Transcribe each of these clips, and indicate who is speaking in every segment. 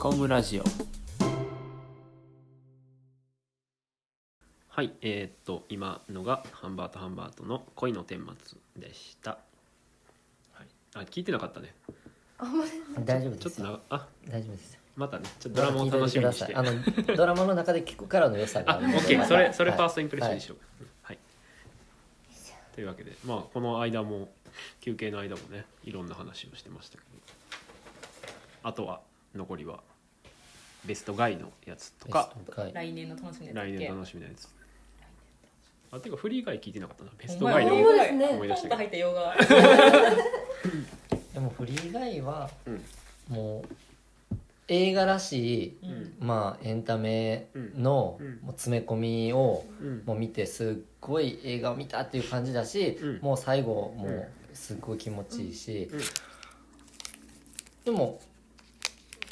Speaker 1: コムラジオはいえー、っと今のがハンバートハンバートの恋の顛末でした、はい、あ聞いてなかったね
Speaker 2: あんまり
Speaker 3: 大丈
Speaker 1: ち
Speaker 3: 夫
Speaker 1: ょ
Speaker 3: で
Speaker 1: っ
Speaker 3: す
Speaker 1: と
Speaker 3: よ
Speaker 1: なあ
Speaker 3: 大丈夫ですよ
Speaker 1: またねちょっとドラマを楽しみにして
Speaker 3: また聞いてくださいあのドラマの中で聞くからの良さが
Speaker 1: あ
Speaker 3: あ
Speaker 1: オ
Speaker 3: るので
Speaker 1: ッケーそれそれ
Speaker 3: はい
Speaker 1: ファーストインプレッションにしようはい、というわけでまあこの間も休憩の間もねいろんな話をしてましたけどあとは残りはベストガイのやつとか
Speaker 3: ベスト回
Speaker 4: 来年の楽しみなや
Speaker 1: 来
Speaker 4: つ
Speaker 1: 年
Speaker 4: だ
Speaker 1: 楽
Speaker 4: っ
Speaker 1: しみなやつあていうかフリー以外聞いてなかったなベ
Speaker 4: け
Speaker 1: ス
Speaker 4: ほ
Speaker 1: ト
Speaker 4: ん
Speaker 1: ガ
Speaker 4: ま
Speaker 1: イ
Speaker 4: や
Speaker 1: の
Speaker 2: ほんまですね
Speaker 1: 思い出した
Speaker 4: ポンと入った洋画
Speaker 3: でもフリー以外は
Speaker 1: うん
Speaker 3: もう映画らしい、
Speaker 4: うん
Speaker 3: まあ、エンタメの
Speaker 1: うんうん
Speaker 3: もう詰め込みを
Speaker 1: うん
Speaker 3: もう見てすっごい映画を見たっていう感じだし、
Speaker 1: うん
Speaker 3: もう最後もうすっごい気持ちいいし、
Speaker 1: うん
Speaker 3: でも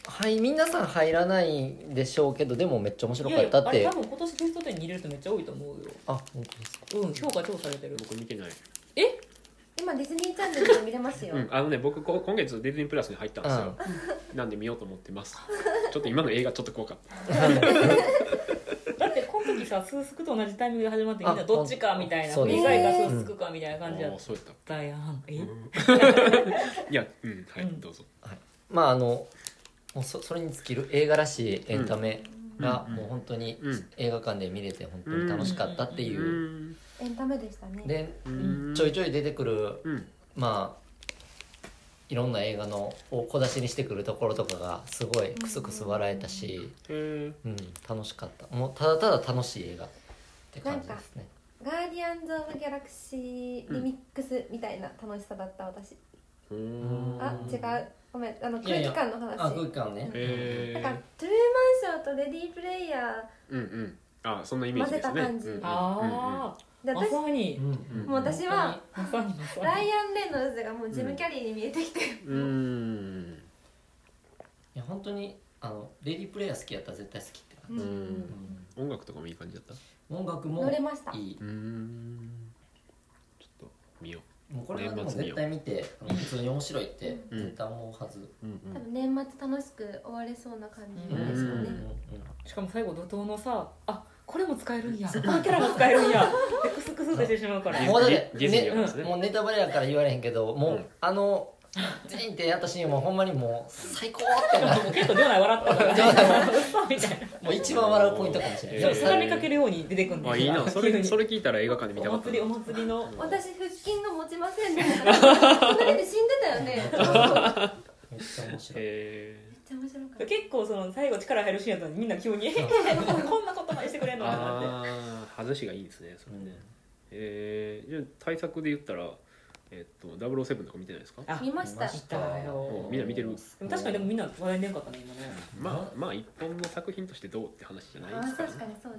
Speaker 3: はい皆さん入らないんでしょうけどでもめっちゃ面白
Speaker 4: い
Speaker 3: か
Speaker 4: やい
Speaker 3: っ
Speaker 4: や
Speaker 3: たっ
Speaker 4: あ
Speaker 3: て
Speaker 4: れ多分今年ベスト10に入れる人めっちゃ多いと思うよ
Speaker 3: あ本当ですか
Speaker 4: うん評価超されてる
Speaker 1: 僕見てない、
Speaker 4: え
Speaker 2: 今ディズニーチャンネルで見れますよ、
Speaker 1: うん、あのね僕こ今月ディズニープラスに入ったんですよ、なんで見ようと思ってますちょっと今の映画ちょっと怖かった
Speaker 4: だってこの時さスースクと同じタイミングで始まってみんなどっちかみたいな
Speaker 3: そう
Speaker 4: 振
Speaker 3: です
Speaker 4: り返かスースクかみたいな感じだ
Speaker 1: あ
Speaker 4: っ
Speaker 1: あそうやった
Speaker 4: たやんえ
Speaker 1: いやうん はい、
Speaker 4: うん
Speaker 1: どうぞ
Speaker 3: まああのもうそそれに尽きる映画らしいエンタメが、
Speaker 1: うん
Speaker 3: もう本当に
Speaker 1: うん
Speaker 3: 映画館で見れて本当に楽しかったって
Speaker 1: う
Speaker 3: いう、
Speaker 1: ん
Speaker 2: エンタメでしたね
Speaker 3: で
Speaker 1: うん
Speaker 3: ちょいちょい出てくる
Speaker 1: うん
Speaker 3: まあいろんな映画のを小出しにしてくるところとかがすごいクスクス笑えたし、
Speaker 1: へ
Speaker 3: うん、楽しかったもうただただ楽しい映画って感じですね
Speaker 2: ガーディアンズ・オブ・ギャラクシーリミックスみたいな楽しさだった私、
Speaker 1: ーうん
Speaker 2: あ違うごめんあの
Speaker 3: いや
Speaker 2: 空
Speaker 3: いや
Speaker 2: 気感の話
Speaker 3: あ空間ね
Speaker 2: ね、
Speaker 1: へ
Speaker 2: なんか
Speaker 1: え
Speaker 2: トゥルーマンショーとレディープレイヤ
Speaker 1: うんうんあそんなイメージですね
Speaker 2: 混ぜた感じ
Speaker 1: うんうんうん
Speaker 4: あ
Speaker 2: ーで
Speaker 4: あま
Speaker 2: 私も
Speaker 4: さに
Speaker 3: うん
Speaker 1: うん
Speaker 2: う私は
Speaker 4: まさにまさに
Speaker 2: ライアン・レノルズがもうジム・キャリーに見えてきて、
Speaker 1: うん
Speaker 3: いや本当にあのレディープレイヤー好きやったら絶対好きって感
Speaker 1: うん
Speaker 2: う
Speaker 1: 音楽とかもいい感じだった
Speaker 3: じ音楽も
Speaker 2: 乗れました
Speaker 3: いい
Speaker 1: うんちょっと見よ
Speaker 3: もうこれはでも絶対見てあの普通に面白いって
Speaker 1: うん
Speaker 3: 絶対思うはず、
Speaker 1: ううん
Speaker 2: 多分年末楽しく終われそうな感じ
Speaker 3: うんうん
Speaker 2: でしたね、
Speaker 4: しかも最後怒涛のさあこれも使えるんやこのキャラも使えるんやでクスクスとしてしまうから
Speaker 1: ディ
Speaker 3: もうだって
Speaker 1: ディズニーなんです
Speaker 3: うん
Speaker 1: ね
Speaker 3: もうネタバレやから言われへんけどもう、
Speaker 1: うん
Speaker 3: あの全員でやったシーンもほんまにもう最高ってな
Speaker 4: もう結構場内笑ったから
Speaker 3: 場内
Speaker 4: 嘘みたいな
Speaker 3: もう一番笑うポイントかもしれ
Speaker 1: え
Speaker 3: な
Speaker 1: ー
Speaker 3: い、
Speaker 1: そ
Speaker 4: 畳みかけるように出てくる
Speaker 1: う
Speaker 4: ん
Speaker 1: ん
Speaker 4: です
Speaker 1: あいいなそれそ
Speaker 4: れ
Speaker 1: れ聞いたら映画館で見た
Speaker 4: お
Speaker 1: かった
Speaker 4: 祭りお祭りの
Speaker 2: 私腹筋が持ちませんね隣で死んでたよねそう
Speaker 3: めっちゃ面白い、
Speaker 1: へ
Speaker 2: めっちゃ面白かった
Speaker 4: 結構その最後力入るシーンやったのにみんな急に「え こんなことまでしてくれん
Speaker 1: え
Speaker 4: の?」ってなって
Speaker 1: ああ外しがいいですねそれ
Speaker 3: うん
Speaker 1: ねえーじゃあ対策で言ったらえっと007とか見てないですか
Speaker 4: あ
Speaker 2: 見ました
Speaker 1: おみんな見てる
Speaker 4: でも確かにでもみんな話題に出んかったね今ね
Speaker 1: まあまあ一本の作品としてどうって話じゃ
Speaker 2: あ
Speaker 1: ないで
Speaker 2: ー
Speaker 1: すから
Speaker 2: 確か
Speaker 1: ね
Speaker 2: にそうで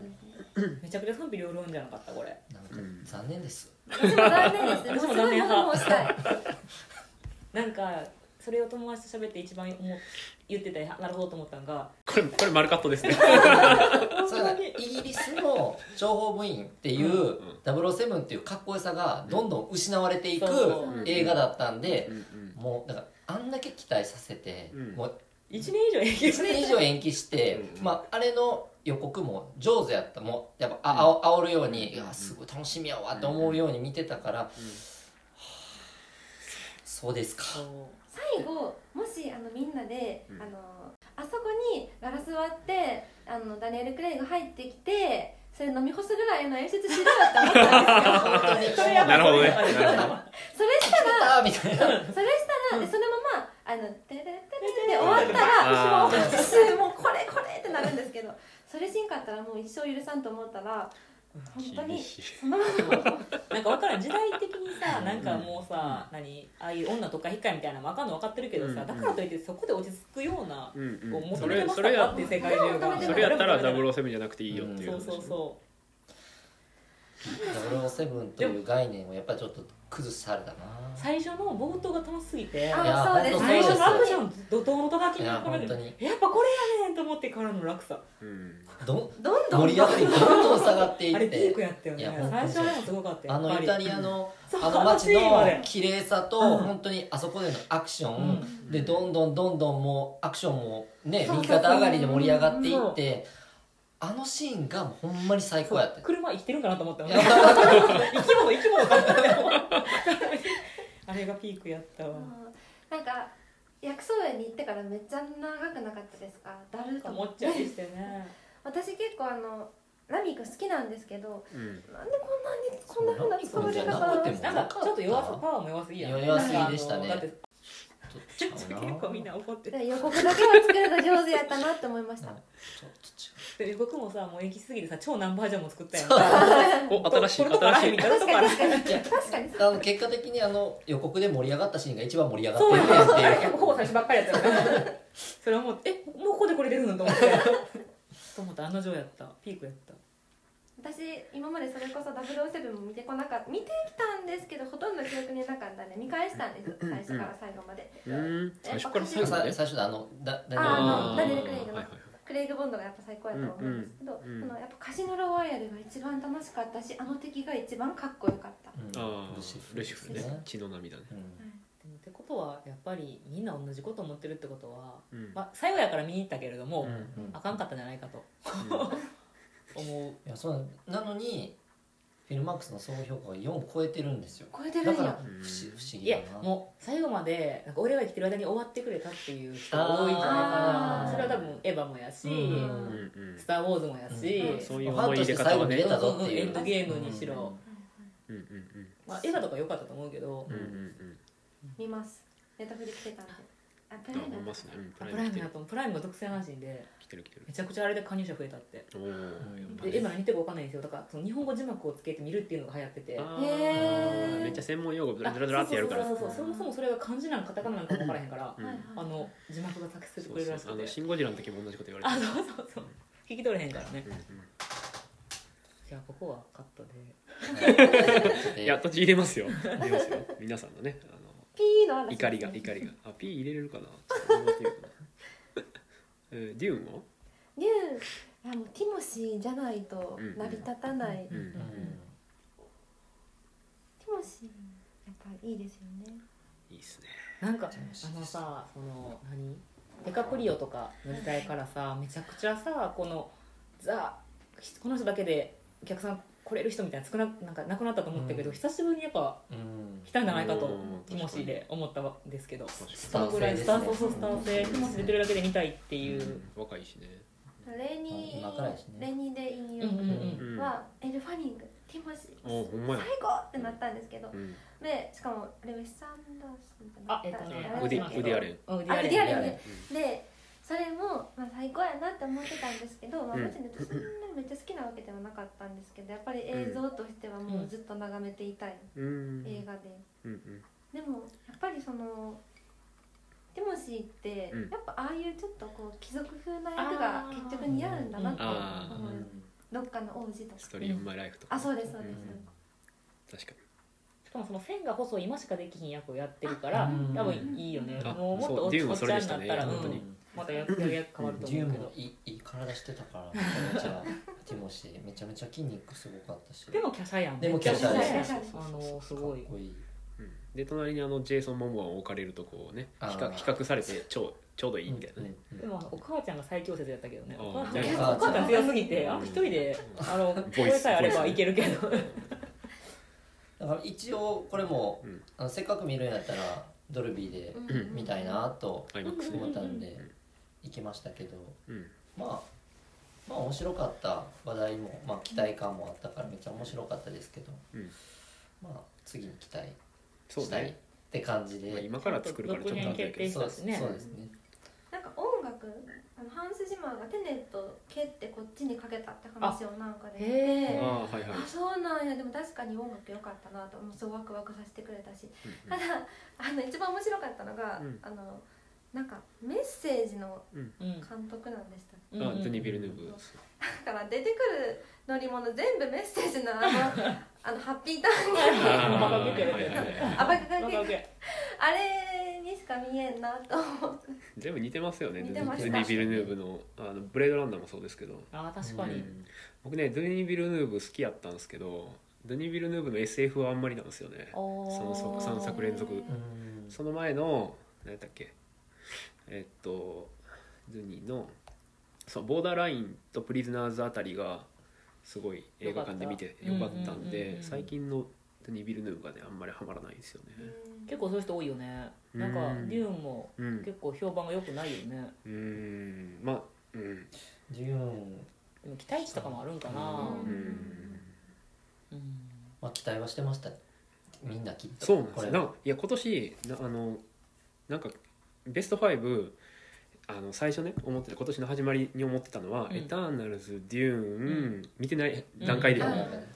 Speaker 2: すね
Speaker 4: めちゃくちゃ賛否両論じゃなかったこれ
Speaker 3: なんか残念です、
Speaker 2: でも残念で
Speaker 4: 私も
Speaker 2: すもうす
Speaker 4: 残
Speaker 2: ごい
Speaker 4: 念派
Speaker 2: 物申したい
Speaker 4: なんかそれを友達と喋って一番思っ言っててあなるほどと思ったのが
Speaker 1: これこれ丸カットですね
Speaker 3: それがイギリスの諜報部員っていう
Speaker 1: うん
Speaker 3: 007っていうかっこよさがどんどん失われていく
Speaker 4: そう
Speaker 3: 映画だったんで
Speaker 1: うんうん
Speaker 3: もうだからあんだけ期待させて、
Speaker 1: うん
Speaker 3: もう
Speaker 4: 1年以上演劇
Speaker 3: 1
Speaker 4: して
Speaker 3: 年以上延期して、
Speaker 1: うん
Speaker 3: まあ、あれの予告も上手やったもうやっぱああお煽るように、いやすごい楽しみやわって思うように見てたから、はあそうです か
Speaker 2: 最後もしあのみんなで、
Speaker 1: うん
Speaker 2: あのあそこにガラス割ってあのダニエル・クレイが入ってきてそれ飲み干すぐらいの演出しろよって思ったんですよ
Speaker 3: 本当に
Speaker 4: それやば
Speaker 1: な
Speaker 4: い
Speaker 1: るほどね
Speaker 4: それやばい
Speaker 2: それしたら
Speaker 3: あーみたいな
Speaker 2: それしたら、でそのままあの「テレテレテレ」で終わったら
Speaker 1: あー
Speaker 2: 私もうこれこれってなるんですけどそれしんかったらもう一生許さんと思ったら本当
Speaker 1: 厳
Speaker 2: に
Speaker 1: しい
Speaker 2: そのまま
Speaker 4: なんか分からん時代的にさなんかもうさ、何ああいう女とか控えみたいなの分かんの分かってるけどさ、
Speaker 1: うん
Speaker 4: だからといってそこで落ち着くような、
Speaker 1: うん
Speaker 4: こ
Speaker 1: う
Speaker 4: うん
Speaker 1: そ
Speaker 4: 求めて
Speaker 1: れ
Speaker 4: ま
Speaker 1: そ
Speaker 4: した
Speaker 1: れ
Speaker 4: か
Speaker 1: や
Speaker 4: っていう世界中が
Speaker 2: そ
Speaker 1: それやったら007じゃなくていいよっていう
Speaker 4: そう
Speaker 1: 話
Speaker 4: そうそう
Speaker 3: 007という概念をやっぱちょっと崩されたな
Speaker 4: 最初の冒頭が楽しすぎて
Speaker 3: いや
Speaker 2: あそうです
Speaker 3: 本当
Speaker 4: 最初のアクシ
Speaker 2: そう
Speaker 4: ョン怒涛の叩き
Speaker 3: い
Speaker 4: の
Speaker 3: や
Speaker 4: ところ
Speaker 3: 本当
Speaker 4: で
Speaker 3: に
Speaker 4: やっぱこれやねんと思ってからの落差
Speaker 1: うん
Speaker 3: どん
Speaker 2: どんどん
Speaker 3: 盛り上がりどんどん下がってい
Speaker 4: あれ
Speaker 3: っ
Speaker 4: ピ
Speaker 3: て
Speaker 4: ークやったよ
Speaker 3: い
Speaker 4: ね
Speaker 3: や本当
Speaker 4: 最
Speaker 3: に
Speaker 4: 初はもすごかったよ
Speaker 3: あ
Speaker 4: や
Speaker 3: の
Speaker 4: っぱり
Speaker 3: イタリアの
Speaker 4: そう
Speaker 3: あの街
Speaker 4: シーンは
Speaker 3: の
Speaker 4: ね
Speaker 3: 綺麗さと
Speaker 4: うん
Speaker 3: 本当にあそこでのアクショ
Speaker 4: うん
Speaker 3: ンでどんどんどんどんもうアクションもね
Speaker 2: そうそう
Speaker 3: 右肩上がりで盛り上がっていってあのシーンがもうほんまに最高やって
Speaker 4: 車生きてるんかなと思ったもん
Speaker 3: いや
Speaker 4: ね 生き物生き物かと思っても あれがピークやったわ
Speaker 2: うんなんか薬草園に行ってからめっちゃ長くなかったですかだると
Speaker 4: 思
Speaker 2: 思
Speaker 4: っ
Speaker 2: っ
Speaker 4: ちゃ
Speaker 2: て
Speaker 4: いしてね
Speaker 2: 私結構あのラミ君好きなんですけど
Speaker 1: うん
Speaker 2: なんでこんなにこんなふうな使われ
Speaker 3: そう
Speaker 2: 方
Speaker 3: ラミ
Speaker 2: を
Speaker 3: 君じゃなくても
Speaker 4: なんかちょっと弱さパワーも弱すぎやね
Speaker 3: 弱すぎでしたね
Speaker 4: なんかあのだって
Speaker 3: ち
Speaker 4: ち
Speaker 3: ょ
Speaker 4: ょ
Speaker 3: っ
Speaker 4: っ
Speaker 3: と
Speaker 4: と
Speaker 3: ちゃうな
Speaker 4: 結構みんな怒ってて
Speaker 2: で予告だけは作るの上手やったなって思いました
Speaker 3: ちょっと違う
Speaker 4: で僕もさもう行きすぎてさ超ナンバージョンも作ったや ん
Speaker 1: お新しい
Speaker 4: これとか
Speaker 1: 新
Speaker 4: あ
Speaker 1: し
Speaker 4: れ
Speaker 1: い
Speaker 4: みたいなとこあれ
Speaker 2: 確かに
Speaker 3: あの結果的にあの予告で盛り上がったシーンが一番盛り上がって
Speaker 4: そうやね
Speaker 3: るって
Speaker 4: あ
Speaker 3: いう
Speaker 4: れほぼ最初ばっかりやったよね それはもうえもうここでこれ出るのと思って と思ったあの女やったピークやった
Speaker 2: 私今までそれこそ007も見てこなかった見てきたんですけどほとんど記憶になかったんで見返したんです最初から最後まで
Speaker 1: うん最初から最後ま
Speaker 3: さ
Speaker 1: で
Speaker 3: 最初のあのだだ
Speaker 2: あのダニエルクレイグの
Speaker 1: はいはいはい
Speaker 2: クレイグ・ボンドがやっぱ最高やと思うんですけど、
Speaker 1: うんうん
Speaker 2: そのやっぱカジノ・ロワイヤルが一番楽しかったしあの敵が一番かっこよかった
Speaker 1: ああルシフル
Speaker 3: です
Speaker 1: ね血の涙ね
Speaker 3: うん
Speaker 4: でもってことはやっぱりみんな同じこと思ってるってことは、
Speaker 1: うん
Speaker 4: まあ、最後やから見に行ったけれども、
Speaker 3: うんうん
Speaker 4: あかんかったんじゃないかと思う
Speaker 3: いやそうなのなのにフィルマックスの総評価が4超えてるんですよ
Speaker 2: 超えてる
Speaker 3: だ
Speaker 2: ん
Speaker 3: から
Speaker 2: や
Speaker 3: 不思不思
Speaker 4: い
Speaker 3: 議だ
Speaker 4: や
Speaker 3: な
Speaker 4: もう最後までなんか俺は生きてる間に終わってくれたっていう人が多いんじゃないか
Speaker 2: あー
Speaker 4: なそれは多分エヴァもやし、
Speaker 3: うん
Speaker 1: うんうん
Speaker 4: スター・ウォーズもやし、
Speaker 2: うん
Speaker 1: そういう
Speaker 3: ファ
Speaker 1: 思
Speaker 3: ン
Speaker 1: い
Speaker 3: と
Speaker 1: 入
Speaker 3: して
Speaker 1: れ
Speaker 3: 最
Speaker 1: 方
Speaker 3: 後
Speaker 1: は
Speaker 3: に
Speaker 1: ね
Speaker 3: 出たぞっていう
Speaker 4: エンドゲームにしろ
Speaker 1: うんうん
Speaker 4: まあ、エヴァとか良かったと思うけど、
Speaker 1: うんうんうん
Speaker 2: 見ますネットフリ来てたんであプ
Speaker 1: うんだ
Speaker 2: ライ
Speaker 1: 思い
Speaker 2: ム
Speaker 1: ますねうんプ
Speaker 4: あ
Speaker 1: ラ
Speaker 4: プラ
Speaker 1: イム来
Speaker 4: イム
Speaker 1: て
Speaker 4: や
Speaker 1: る
Speaker 4: とプライムが独占配信で
Speaker 1: 来てる来てる
Speaker 4: めちゃくちゃあれで加入者増えたって
Speaker 1: おおやっぱ
Speaker 4: で
Speaker 1: ね
Speaker 4: 今何言ってるか分かんないんですよだからその日本語字幕をつけて見るっていうのが流行ってて
Speaker 1: あ
Speaker 2: へ
Speaker 1: ー
Speaker 2: ー
Speaker 1: めっちゃ専門用語ず
Speaker 4: あ
Speaker 1: らずらずらってやるから
Speaker 4: そうそうそうそうそもそもそれが漢字なんかカタカナなんか分からへんから、
Speaker 1: うん
Speaker 2: はい
Speaker 4: あ
Speaker 2: はい
Speaker 4: の字幕が作成して
Speaker 1: そ
Speaker 4: く
Speaker 1: う
Speaker 4: れる
Speaker 1: そう
Speaker 4: らし
Speaker 1: あ
Speaker 4: く
Speaker 1: の
Speaker 4: て
Speaker 1: シン・ゴジラの時も同じこと言わ
Speaker 4: あ
Speaker 1: れて
Speaker 4: そうそうそう聞き取れへんからね
Speaker 1: るうん
Speaker 4: じゃあここはカットで
Speaker 1: う
Speaker 3: で
Speaker 1: んいや途中入れますよ入れますよ皆さんのねあの
Speaker 2: ピーの嵐
Speaker 1: 怒りが怒りがあ P 入れれるかなちょっと頑張ってみようかなえーデューンは
Speaker 2: ニューいやもうティモシーじゃないと成り立たない、
Speaker 1: う
Speaker 2: テ
Speaker 3: うんん
Speaker 2: ィモシーやっぱいいですよね
Speaker 1: いいっすね
Speaker 4: なんかあのさその何デカプリオとかの時代からさめちゃくちゃさこのザこの人だけでお客さん来れる人みたいな少ななんかなくなったと思ったけど、
Speaker 3: うん
Speaker 4: 久しぶりにやっぱ
Speaker 3: うん
Speaker 4: 来たんじゃないかと
Speaker 1: うん
Speaker 4: ティモシーで思ったんですけど
Speaker 1: 確かに
Speaker 3: ス
Speaker 4: そ
Speaker 3: タ
Speaker 4: の
Speaker 3: ン
Speaker 4: ぐ
Speaker 3: ス
Speaker 4: ら
Speaker 3: です
Speaker 4: いス
Speaker 3: ね
Speaker 4: タンスをそうスタンスでティモシー出てるだけで見たいっていう、
Speaker 1: うん若いしね
Speaker 2: レニー、
Speaker 3: 若いしね
Speaker 2: レニーで引
Speaker 4: うんうん
Speaker 2: 用
Speaker 1: う
Speaker 4: うん
Speaker 1: ん
Speaker 2: は、エル・ファニングティモシー
Speaker 1: おほんまや
Speaker 2: 最高ってなったんですけど、
Speaker 1: うん
Speaker 2: でしかもレベス・サンダースみたいな
Speaker 4: あえっとね
Speaker 1: 腕
Speaker 4: あれ
Speaker 1: 腕あれ
Speaker 4: うん腕
Speaker 2: あ
Speaker 4: あ
Speaker 2: れ
Speaker 4: れ
Speaker 2: リアル
Speaker 3: リアル
Speaker 2: ねでそれも、まあ、最高やなって思ってたんですけど、まあ、
Speaker 1: うん
Speaker 2: 別に私そんなにめっちゃ好きなわけではなかったんですけどやっぱり映像としてはもうずっと眺めていたい、
Speaker 1: うん
Speaker 2: 映画で
Speaker 1: うんうん
Speaker 2: でもやっぱりそのティモシーって、
Speaker 1: うん
Speaker 2: やっぱああいうちょっとこう貴族風な役が結局似合うんだなって
Speaker 1: あ
Speaker 2: 思う、どっかの王子とか
Speaker 1: ストリームマイライフとか
Speaker 2: あそうですそうです、
Speaker 1: 確かに
Speaker 4: しかもその線が細い今しかできひん役をやってるから
Speaker 3: うん
Speaker 4: 多分いいよね
Speaker 1: あ
Speaker 4: もうもっと
Speaker 1: そう
Speaker 4: おっ
Speaker 1: デューン
Speaker 4: お
Speaker 1: は
Speaker 4: っ
Speaker 1: そ
Speaker 4: ち
Speaker 1: れ
Speaker 4: ゃ
Speaker 1: でし
Speaker 4: んに
Speaker 1: た
Speaker 4: な
Speaker 1: ね
Speaker 4: ったら、
Speaker 1: 本当
Speaker 4: う
Speaker 1: に
Speaker 4: ん、またやってる役変わると
Speaker 3: デュー
Speaker 4: 思う
Speaker 3: ン
Speaker 4: け
Speaker 3: も
Speaker 4: ど
Speaker 3: いいいい体してたからめちゃ めちゃティモシーめちゃめちゃ筋肉すごかったし
Speaker 4: でも華奢やん
Speaker 3: でも華
Speaker 2: 奢
Speaker 4: めっちゃ
Speaker 2: そう
Speaker 1: そう
Speaker 4: あ
Speaker 1: そうそう
Speaker 4: のすごい
Speaker 3: かっこいい
Speaker 1: うんで隣にあのジェイソン・モモアを置かれるとこうね比
Speaker 3: あ
Speaker 1: 較
Speaker 3: ー
Speaker 1: 比較されてちょうちょうどいいみたいなね
Speaker 3: うん
Speaker 4: でもお母ちゃんが最強説やったけどね
Speaker 1: あー
Speaker 4: お母ちゃん
Speaker 1: ね
Speaker 4: お母ちゃん強すぎてあの一人であの
Speaker 1: ボイス
Speaker 4: 声さえあればいけるけど
Speaker 3: だから一応これも、
Speaker 1: うん
Speaker 3: あのせっかく見るんやったらドルビーで
Speaker 2: うん
Speaker 1: うん
Speaker 3: 見たいなと
Speaker 1: アイマックス
Speaker 3: 思
Speaker 1: ね
Speaker 3: ったんで
Speaker 1: うん
Speaker 3: 行きましたけど
Speaker 1: うん
Speaker 3: まあまあ面白かった話題も、まあ、期待感もあったからめっちゃ面白かったですけど、
Speaker 1: うん
Speaker 3: まあ次に期待
Speaker 1: そう
Speaker 3: したいっ
Speaker 1: ね
Speaker 3: て感じで、
Speaker 1: まあ今から作るからちょっと
Speaker 4: 続編
Speaker 1: なんだ
Speaker 4: 決
Speaker 1: け
Speaker 4: 定
Speaker 1: ど
Speaker 4: し
Speaker 3: そう
Speaker 4: た
Speaker 3: で
Speaker 4: し
Speaker 3: す
Speaker 4: ね
Speaker 3: そうですね
Speaker 2: なんか音楽あのハンス・ジマーがテネット蹴ってこっちにかけたって話をなんかで見
Speaker 4: へー
Speaker 2: て
Speaker 1: ああはいはい
Speaker 2: あそうなんやでも確かに音楽良かったなともうすごいワクワクさせてくれたし
Speaker 1: うんうん
Speaker 2: ただあの一番面白かったのが、
Speaker 1: うん
Speaker 2: あのなんかメッセージの
Speaker 4: うん
Speaker 2: 監督なんでした
Speaker 4: うん
Speaker 1: あデニー・ビルヌーブ
Speaker 2: だから出てくる乗り物全部メッセージのあのあのハッピーターン
Speaker 1: あ
Speaker 2: が
Speaker 1: ー
Speaker 4: バカ受ける
Speaker 1: はいはいはい
Speaker 2: あばか
Speaker 4: バカ
Speaker 2: か
Speaker 4: 受
Speaker 2: け
Speaker 4: け
Speaker 2: あれにしか見えんなと思って
Speaker 1: 全部似てますよね
Speaker 2: 似
Speaker 1: デ
Speaker 2: て
Speaker 1: ニ
Speaker 2: ます
Speaker 1: ー・ビルヌーブのあのブレードランナーもそうですけど、
Speaker 4: あー確か
Speaker 1: う
Speaker 4: に
Speaker 1: ん僕ねデニー・ビルヌーブ好きやったんですけどデニー・ビルヌーブの SF はあんまりなんですよねその作3作連続
Speaker 3: うん
Speaker 1: その前の何だっけえっとズニーのそうボーダーラインとプリズナーズあたりがすごい映画館で見てよ
Speaker 4: よ
Speaker 1: か
Speaker 4: か
Speaker 1: っ
Speaker 4: った
Speaker 1: たん
Speaker 4: うんうんうんう
Speaker 1: で
Speaker 4: ん
Speaker 1: 最近のデニー・ビルヌーブがねあんまりハマらないんですよね
Speaker 4: 結構そういう人多いよねなんか
Speaker 1: うん
Speaker 4: デューンも
Speaker 1: うん
Speaker 4: 結構評判が良くないよね
Speaker 1: うんまあうん
Speaker 3: デューン、
Speaker 4: でも期待値とかもあるんかな
Speaker 1: う
Speaker 2: うんん
Speaker 4: うん
Speaker 3: まあ、期待はしてましたみんなきっと
Speaker 1: そうなんです
Speaker 3: こ
Speaker 1: よ
Speaker 3: れ
Speaker 1: なんかいや今年なあのなんかベスト5あの最初ね思ってた今年の始まりに思ってたのは「
Speaker 4: うん
Speaker 1: エターナルズ」「デューン」見てない
Speaker 4: うん
Speaker 1: 段階で
Speaker 3: う
Speaker 1: は、
Speaker 3: ん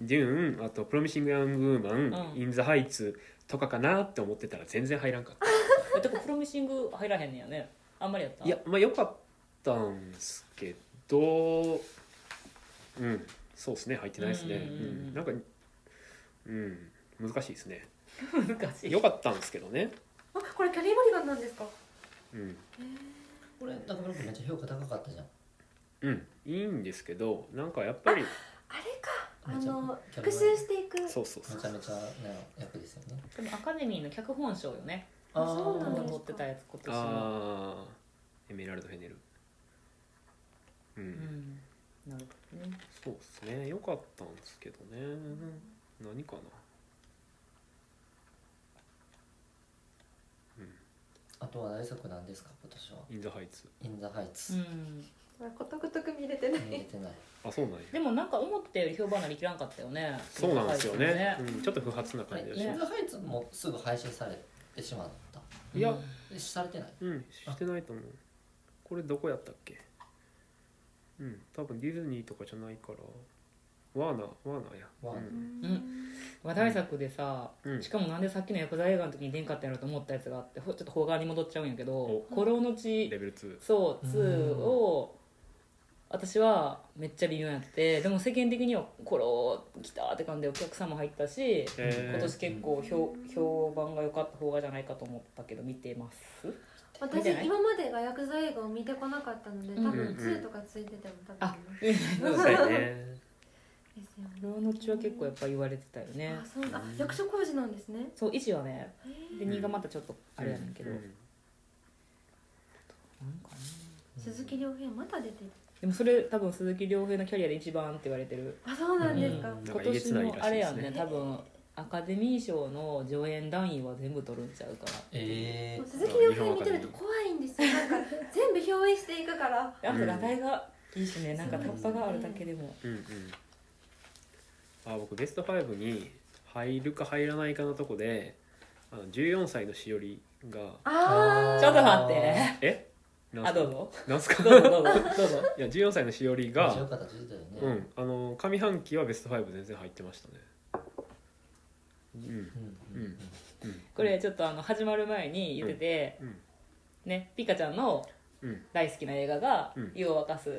Speaker 1: デューンあと「プロミシング・ヤング・ウーマン」
Speaker 4: うん
Speaker 1: イン・ザ・ハイツ」とかかなって思ってたら全然入らんかった
Speaker 4: えてかプロミシング入らへんねやねあんまりやった
Speaker 1: いやまあよかったんですけどうんそうですね入ってないですね、う
Speaker 4: うんうんうんうん
Speaker 1: んなんかうん難しいですね
Speaker 4: 難しい
Speaker 1: よかったんですけどね
Speaker 2: あこれキャリー・モリガンなんですか
Speaker 1: うん
Speaker 3: これ中村君めっちゃ評価高かったじゃん
Speaker 1: うんいいんですけどなんかやっぱり
Speaker 2: あれかあ
Speaker 3: めちゃ
Speaker 2: の
Speaker 3: キャリー
Speaker 2: 復
Speaker 3: モリガン
Speaker 2: 習していく
Speaker 1: そうそうそ
Speaker 3: め
Speaker 1: う
Speaker 3: ちゃめちゃな役ですよね
Speaker 4: でもアカデミーの脚本賞よね
Speaker 2: あそうなん
Speaker 4: 僕が
Speaker 2: だ
Speaker 4: 持ってたやつ今年の
Speaker 1: あーエメラルド・ヘネルう
Speaker 4: うんんなるほどね
Speaker 1: そうですね良かったんですけどね何かな
Speaker 3: あとは大作なんですか今年は
Speaker 1: インザハイツ
Speaker 3: インザハイツ、
Speaker 4: うん
Speaker 2: ことごとく見れてない
Speaker 3: 見れてない
Speaker 1: あそうなんや
Speaker 4: でもなんか思ったより評判なりきらんかったよね
Speaker 1: そうなんですよね
Speaker 4: うん
Speaker 1: うん、ちょっと不発な感じだし、
Speaker 3: イン
Speaker 4: ね
Speaker 3: ザハイツもすぐ配信されてしまった
Speaker 1: いや
Speaker 3: えされてない
Speaker 1: うんしてないと思うこれどこやったっけうん多分ディズニーとかじゃないからワーナーワーナーや
Speaker 3: ワーナー
Speaker 1: うん
Speaker 4: 話題作でさ、
Speaker 1: うん
Speaker 4: しかもなんでさっきのヤクザ映画の時に出んかったんやろと思ったやつがあってほちょっと邦画に戻っちゃうんやけど
Speaker 1: お
Speaker 4: 「孤狼の
Speaker 1: レ
Speaker 4: 地
Speaker 1: ベル2」
Speaker 4: そう
Speaker 3: うん
Speaker 4: 2を私はめっちゃ微妙やってでも世間的には「孤狼来た」って感じでお客さんも入ったし
Speaker 1: えー
Speaker 4: 今年結構評評判が良かった方がじゃないかと思ったけど見てます見
Speaker 2: 私
Speaker 4: てない
Speaker 2: 今までがヤクザ映画を見てこなかったので多
Speaker 1: うん
Speaker 2: 分2とかついてても多分
Speaker 4: あ
Speaker 2: 見ます
Speaker 1: そうだね
Speaker 2: ですよね
Speaker 4: 孤狼の地は結構やっぱ言われてたよね
Speaker 2: あそうあ役所工事なんですね
Speaker 4: そう1はね
Speaker 2: へ
Speaker 4: で
Speaker 2: ー
Speaker 4: 2がまたちょっとあれやねんけど、
Speaker 1: う
Speaker 4: なんかね
Speaker 2: 鈴木亮平また出てる
Speaker 4: でもそれ多分鈴木亮平のキャリアで一番って言われてる
Speaker 2: あそうなんですか
Speaker 3: うん
Speaker 1: なん
Speaker 4: 今
Speaker 1: かえげ
Speaker 4: 年
Speaker 1: つないらしいですね
Speaker 4: のあれやんね多分アカデミー賞の上演団員は全部取るんちゃうか
Speaker 3: えー、
Speaker 2: 鈴木亮平見てると怖いんですよなんか全部憑依していくから
Speaker 4: らあ
Speaker 1: う
Speaker 4: と
Speaker 1: ん
Speaker 4: 話題がいいしねなんかタッパがあるだけでも
Speaker 1: うんうんあ僕ベスト5に入るか入らないかのとこであの14歳のしおりが
Speaker 3: う
Speaker 2: あ
Speaker 3: ん
Speaker 2: あ
Speaker 4: ちょっと待って
Speaker 1: えなん
Speaker 4: あ
Speaker 1: すか
Speaker 4: どうぞ
Speaker 1: なんすか
Speaker 4: どうぞどうぞどうぞ
Speaker 1: いや14歳のしおり
Speaker 3: 面白
Speaker 1: が、
Speaker 3: かったって言ってた
Speaker 1: う
Speaker 3: よね
Speaker 1: ん、あの上半期はベスト5全然入ってましたねうん
Speaker 3: うんうん
Speaker 1: うん
Speaker 4: これちょっとあの始まる前に言ってて、
Speaker 1: うん
Speaker 4: ねピカちゃんの
Speaker 1: うん
Speaker 4: 大好きな映画が
Speaker 1: うん
Speaker 4: 「湯を沸かす」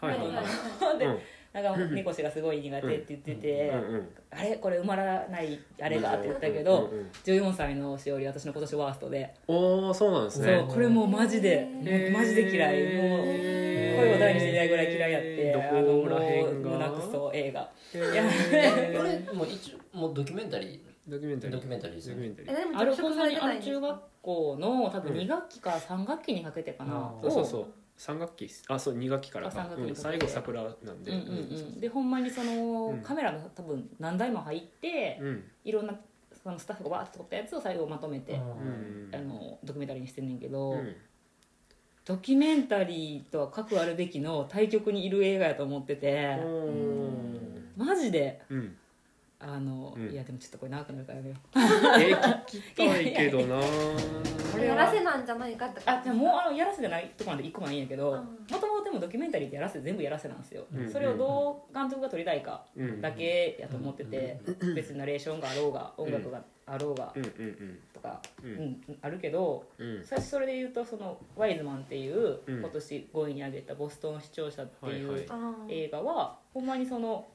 Speaker 1: はいはい
Speaker 2: は
Speaker 1: はいい、
Speaker 4: で
Speaker 1: うん
Speaker 4: なんか猫氏がすごい苦手って言ってて、
Speaker 1: うんうん、
Speaker 4: あれこれ埋まらないあれだって言ったけ
Speaker 1: う
Speaker 4: ど
Speaker 1: んうんうん
Speaker 4: 14歳のしおり私の今年ワーストで、
Speaker 1: おおそうなんです
Speaker 4: そう
Speaker 1: ね
Speaker 4: これもうマジで、
Speaker 1: へー
Speaker 4: マジで嫌いもう
Speaker 1: へー
Speaker 4: 声を大にしてないぐらい嫌いやって、
Speaker 1: ど
Speaker 4: あのも
Speaker 1: こら辺が
Speaker 4: う胸くそ映画
Speaker 1: い
Speaker 3: これもう一応もうドキュメンタリ
Speaker 1: ドキュメンタリー
Speaker 3: ドキュメンタリーで
Speaker 1: ド
Speaker 3: すよ
Speaker 1: キュメンタリ
Speaker 2: え
Speaker 1: ー
Speaker 2: でも
Speaker 4: あれ
Speaker 2: 着色
Speaker 4: 本
Speaker 2: さ
Speaker 4: 当
Speaker 2: れ
Speaker 4: に
Speaker 2: て
Speaker 4: あ
Speaker 2: ない
Speaker 4: の
Speaker 2: んです
Speaker 4: 中
Speaker 2: か
Speaker 4: 学校の多分
Speaker 1: うん
Speaker 4: 2学期か3学期にかけてかな、
Speaker 3: あー
Speaker 1: そうそう
Speaker 4: を
Speaker 1: そう三学期っすあそう二学期から
Speaker 4: あ三
Speaker 1: か、
Speaker 4: 学期
Speaker 1: うん、最後桜なんで
Speaker 4: うんうんうん、でほんまにその、
Speaker 1: うん
Speaker 4: カメラの多分何台も入って、
Speaker 1: うん
Speaker 4: いろんなそのスタッフがわーって撮ったやつを最後まとめ
Speaker 3: ー
Speaker 4: て、
Speaker 1: う
Speaker 3: うん
Speaker 1: ん
Speaker 4: あのドキュメンタリーにしてんねんけど、
Speaker 1: うん
Speaker 4: ドキュメンタリーとは書くあるべきの対局にいる映画やと思ってて、
Speaker 1: おー
Speaker 4: マジで
Speaker 1: うん
Speaker 4: あの、
Speaker 1: うん
Speaker 4: いやでもちょっとこれ長くなるからやめよう
Speaker 1: え聞きたいけどな
Speaker 4: これ
Speaker 2: や
Speaker 4: は
Speaker 2: らせなんじゃないかって
Speaker 4: あでももうあのやらせじゃないとこまで一個ないんやけど
Speaker 2: うん
Speaker 4: もともとでもドキュメンタリーってやらせ全部やらせなんですよ、
Speaker 1: うん
Speaker 4: それをどう監督が撮りたいか
Speaker 1: うん
Speaker 4: だけやと思ってて、別にナレーションがあろうが
Speaker 1: ん
Speaker 4: 音楽があろうが
Speaker 1: うんうん
Speaker 4: とか、
Speaker 1: う
Speaker 4: うん
Speaker 1: ん
Speaker 4: あるけど
Speaker 1: うんうん
Speaker 4: 最初それで言うとその「ワイズマン」っていう、
Speaker 1: うん
Speaker 4: 今年5位に上げた「ボストン視聴者」ってい
Speaker 1: はいはいう
Speaker 2: あー
Speaker 4: 映画はほんまにその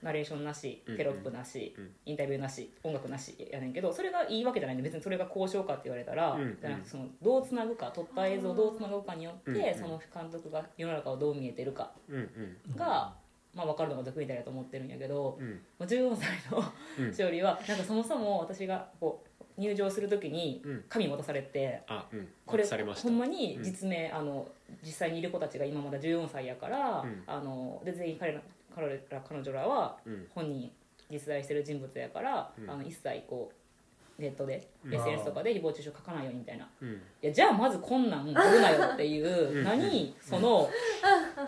Speaker 4: ナレーションなし
Speaker 1: うん
Speaker 4: テロップなし、
Speaker 1: うん
Speaker 4: インタビューなし音楽なしやねんけどそれがいいわけじゃないんで別にそれが交渉かって言われたら、
Speaker 1: うん
Speaker 4: じゃなくてそのどうつなぐか撮った映像をどうつなぐかによって、
Speaker 1: うんうん
Speaker 4: その監督が世の中をどう見えてるか
Speaker 1: うんうん
Speaker 4: が、まあ、分かるのがドキュメンタリーだと思ってるんやけど、
Speaker 1: うん
Speaker 4: もう14歳の
Speaker 1: うん
Speaker 4: しおりはなんかそもそも私がこう入場する時に
Speaker 1: うん
Speaker 4: 紙渡されて。
Speaker 1: あうん
Speaker 4: これ
Speaker 1: されました
Speaker 4: ほんまに実名、あの実際にいる子たちが今まだ14歳やから、
Speaker 1: うん
Speaker 4: あので全員彼ら彼ら彼女らは
Speaker 1: うん
Speaker 4: 本人実在してる人物やから、
Speaker 1: うん
Speaker 4: あの一切こうネットで、
Speaker 1: うん
Speaker 4: SNS とかで誹謗中傷書かないようにみたいな
Speaker 1: うん
Speaker 4: いやじゃあまずこんなん撮るなよってい
Speaker 1: うん
Speaker 4: う何その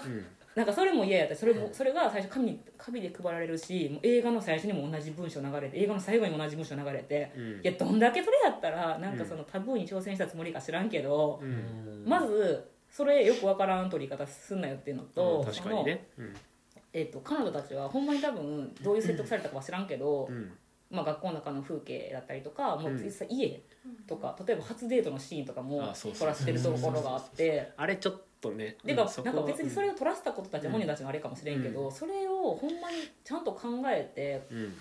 Speaker 1: うん
Speaker 4: なんかそれも嫌やったしそれもそれが最初紙に紙で配られるしもう映画の最初にも同じ文章流れて映画の最後にも同じ文章流れて
Speaker 1: うん
Speaker 4: いやどんだけそれやったらなんかそのタブーに挑戦したつもりか知らんけど、
Speaker 1: う
Speaker 3: うんん
Speaker 4: まずそれよくわからん取り方すんなよっていうのと、
Speaker 1: 確かにねうん
Speaker 4: その、えっと彼女たちはほんまに多分どういう説得されたかは知らんけど、
Speaker 1: うん
Speaker 4: まあ、学校の中の風景だったりとかもう
Speaker 1: うん
Speaker 4: 実際家とか、例えば初デートのシーンとかも
Speaker 1: あそうそう
Speaker 4: 撮らせてるところがあって。
Speaker 1: あれちょっとね
Speaker 4: で
Speaker 1: う
Speaker 4: か
Speaker 1: んそこ
Speaker 4: なん
Speaker 1: は
Speaker 4: か別にそれを撮らせたことたちは本人たちのあれかもしれんけど、それをほんまにちゃんと考えて
Speaker 1: うん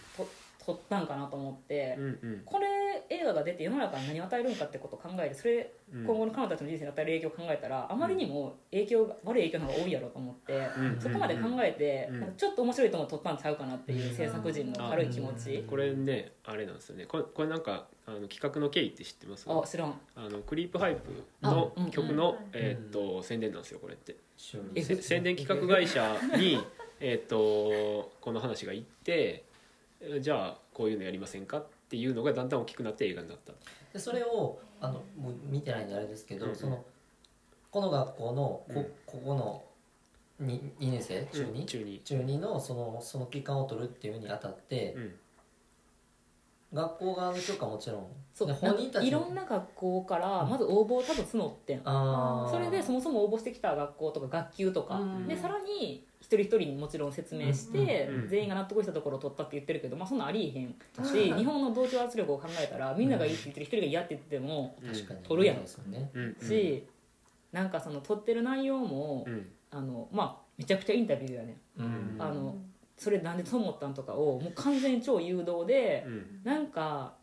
Speaker 4: 撮ったんかなと思って、
Speaker 1: うんうん
Speaker 4: これ映画が出て世の中に何を与えるんかってことを考えてそれ
Speaker 1: うん
Speaker 4: 今後の彼女たちの人生に与える影響を考えたらあまりにも影響が悪い影響の方が多いやろうと思って、
Speaker 1: うん
Speaker 4: そこまで考えて、
Speaker 1: うん
Speaker 4: なんかちょっと面白いとも撮ったんちゃうかなっていう制作陣の軽い気持ち、
Speaker 1: これねあれなんですよねこれこれなんかあの企画の経緯って知ってます
Speaker 4: あ知らん
Speaker 1: あのクリープハイプの
Speaker 4: あうん
Speaker 1: 曲の、
Speaker 2: うん
Speaker 1: えーっと宣伝なんですよこれって、
Speaker 3: 勝利
Speaker 4: え
Speaker 1: せ宣伝企画会社に えーっとこの話が行ってえじゃあこういうのやりませんかっていうのがだんだん大きくなって映画になった
Speaker 3: でそれをあのもう見てないんであれですけど、
Speaker 1: うん
Speaker 3: そのこの学校のこ,、
Speaker 1: うん
Speaker 3: ここの 2, 2年生中2、
Speaker 1: うん中二
Speaker 3: 中2のそのその期間を取るっていうにあたって
Speaker 1: う、ん
Speaker 3: 学校側の許可もちろん
Speaker 4: そう
Speaker 3: で本人たちも
Speaker 4: いろんな学校からまず応募を多分募ってん
Speaker 3: あー
Speaker 4: それでそもそも応募してきた学校とか学級とか、
Speaker 3: うん
Speaker 4: でさらに一人一人にもちろん説明して、
Speaker 1: うんうん
Speaker 4: 全員が納得したところを取ったって言ってるけど、まあ、そんなんありえへんし、日本の同調圧力を考えたらみんながいいって言ってる一人が嫌って言ってても、
Speaker 3: 確かに
Speaker 4: 取るやん
Speaker 3: ですよね
Speaker 1: うんうん
Speaker 4: し、なんかその撮ってる内容も、
Speaker 1: うん
Speaker 4: あのまあめちゃくちゃインタビューやね
Speaker 3: うん
Speaker 4: あのそれなんでそう思ったんとかをもう完全に超誘導で
Speaker 1: う、ん
Speaker 4: なんか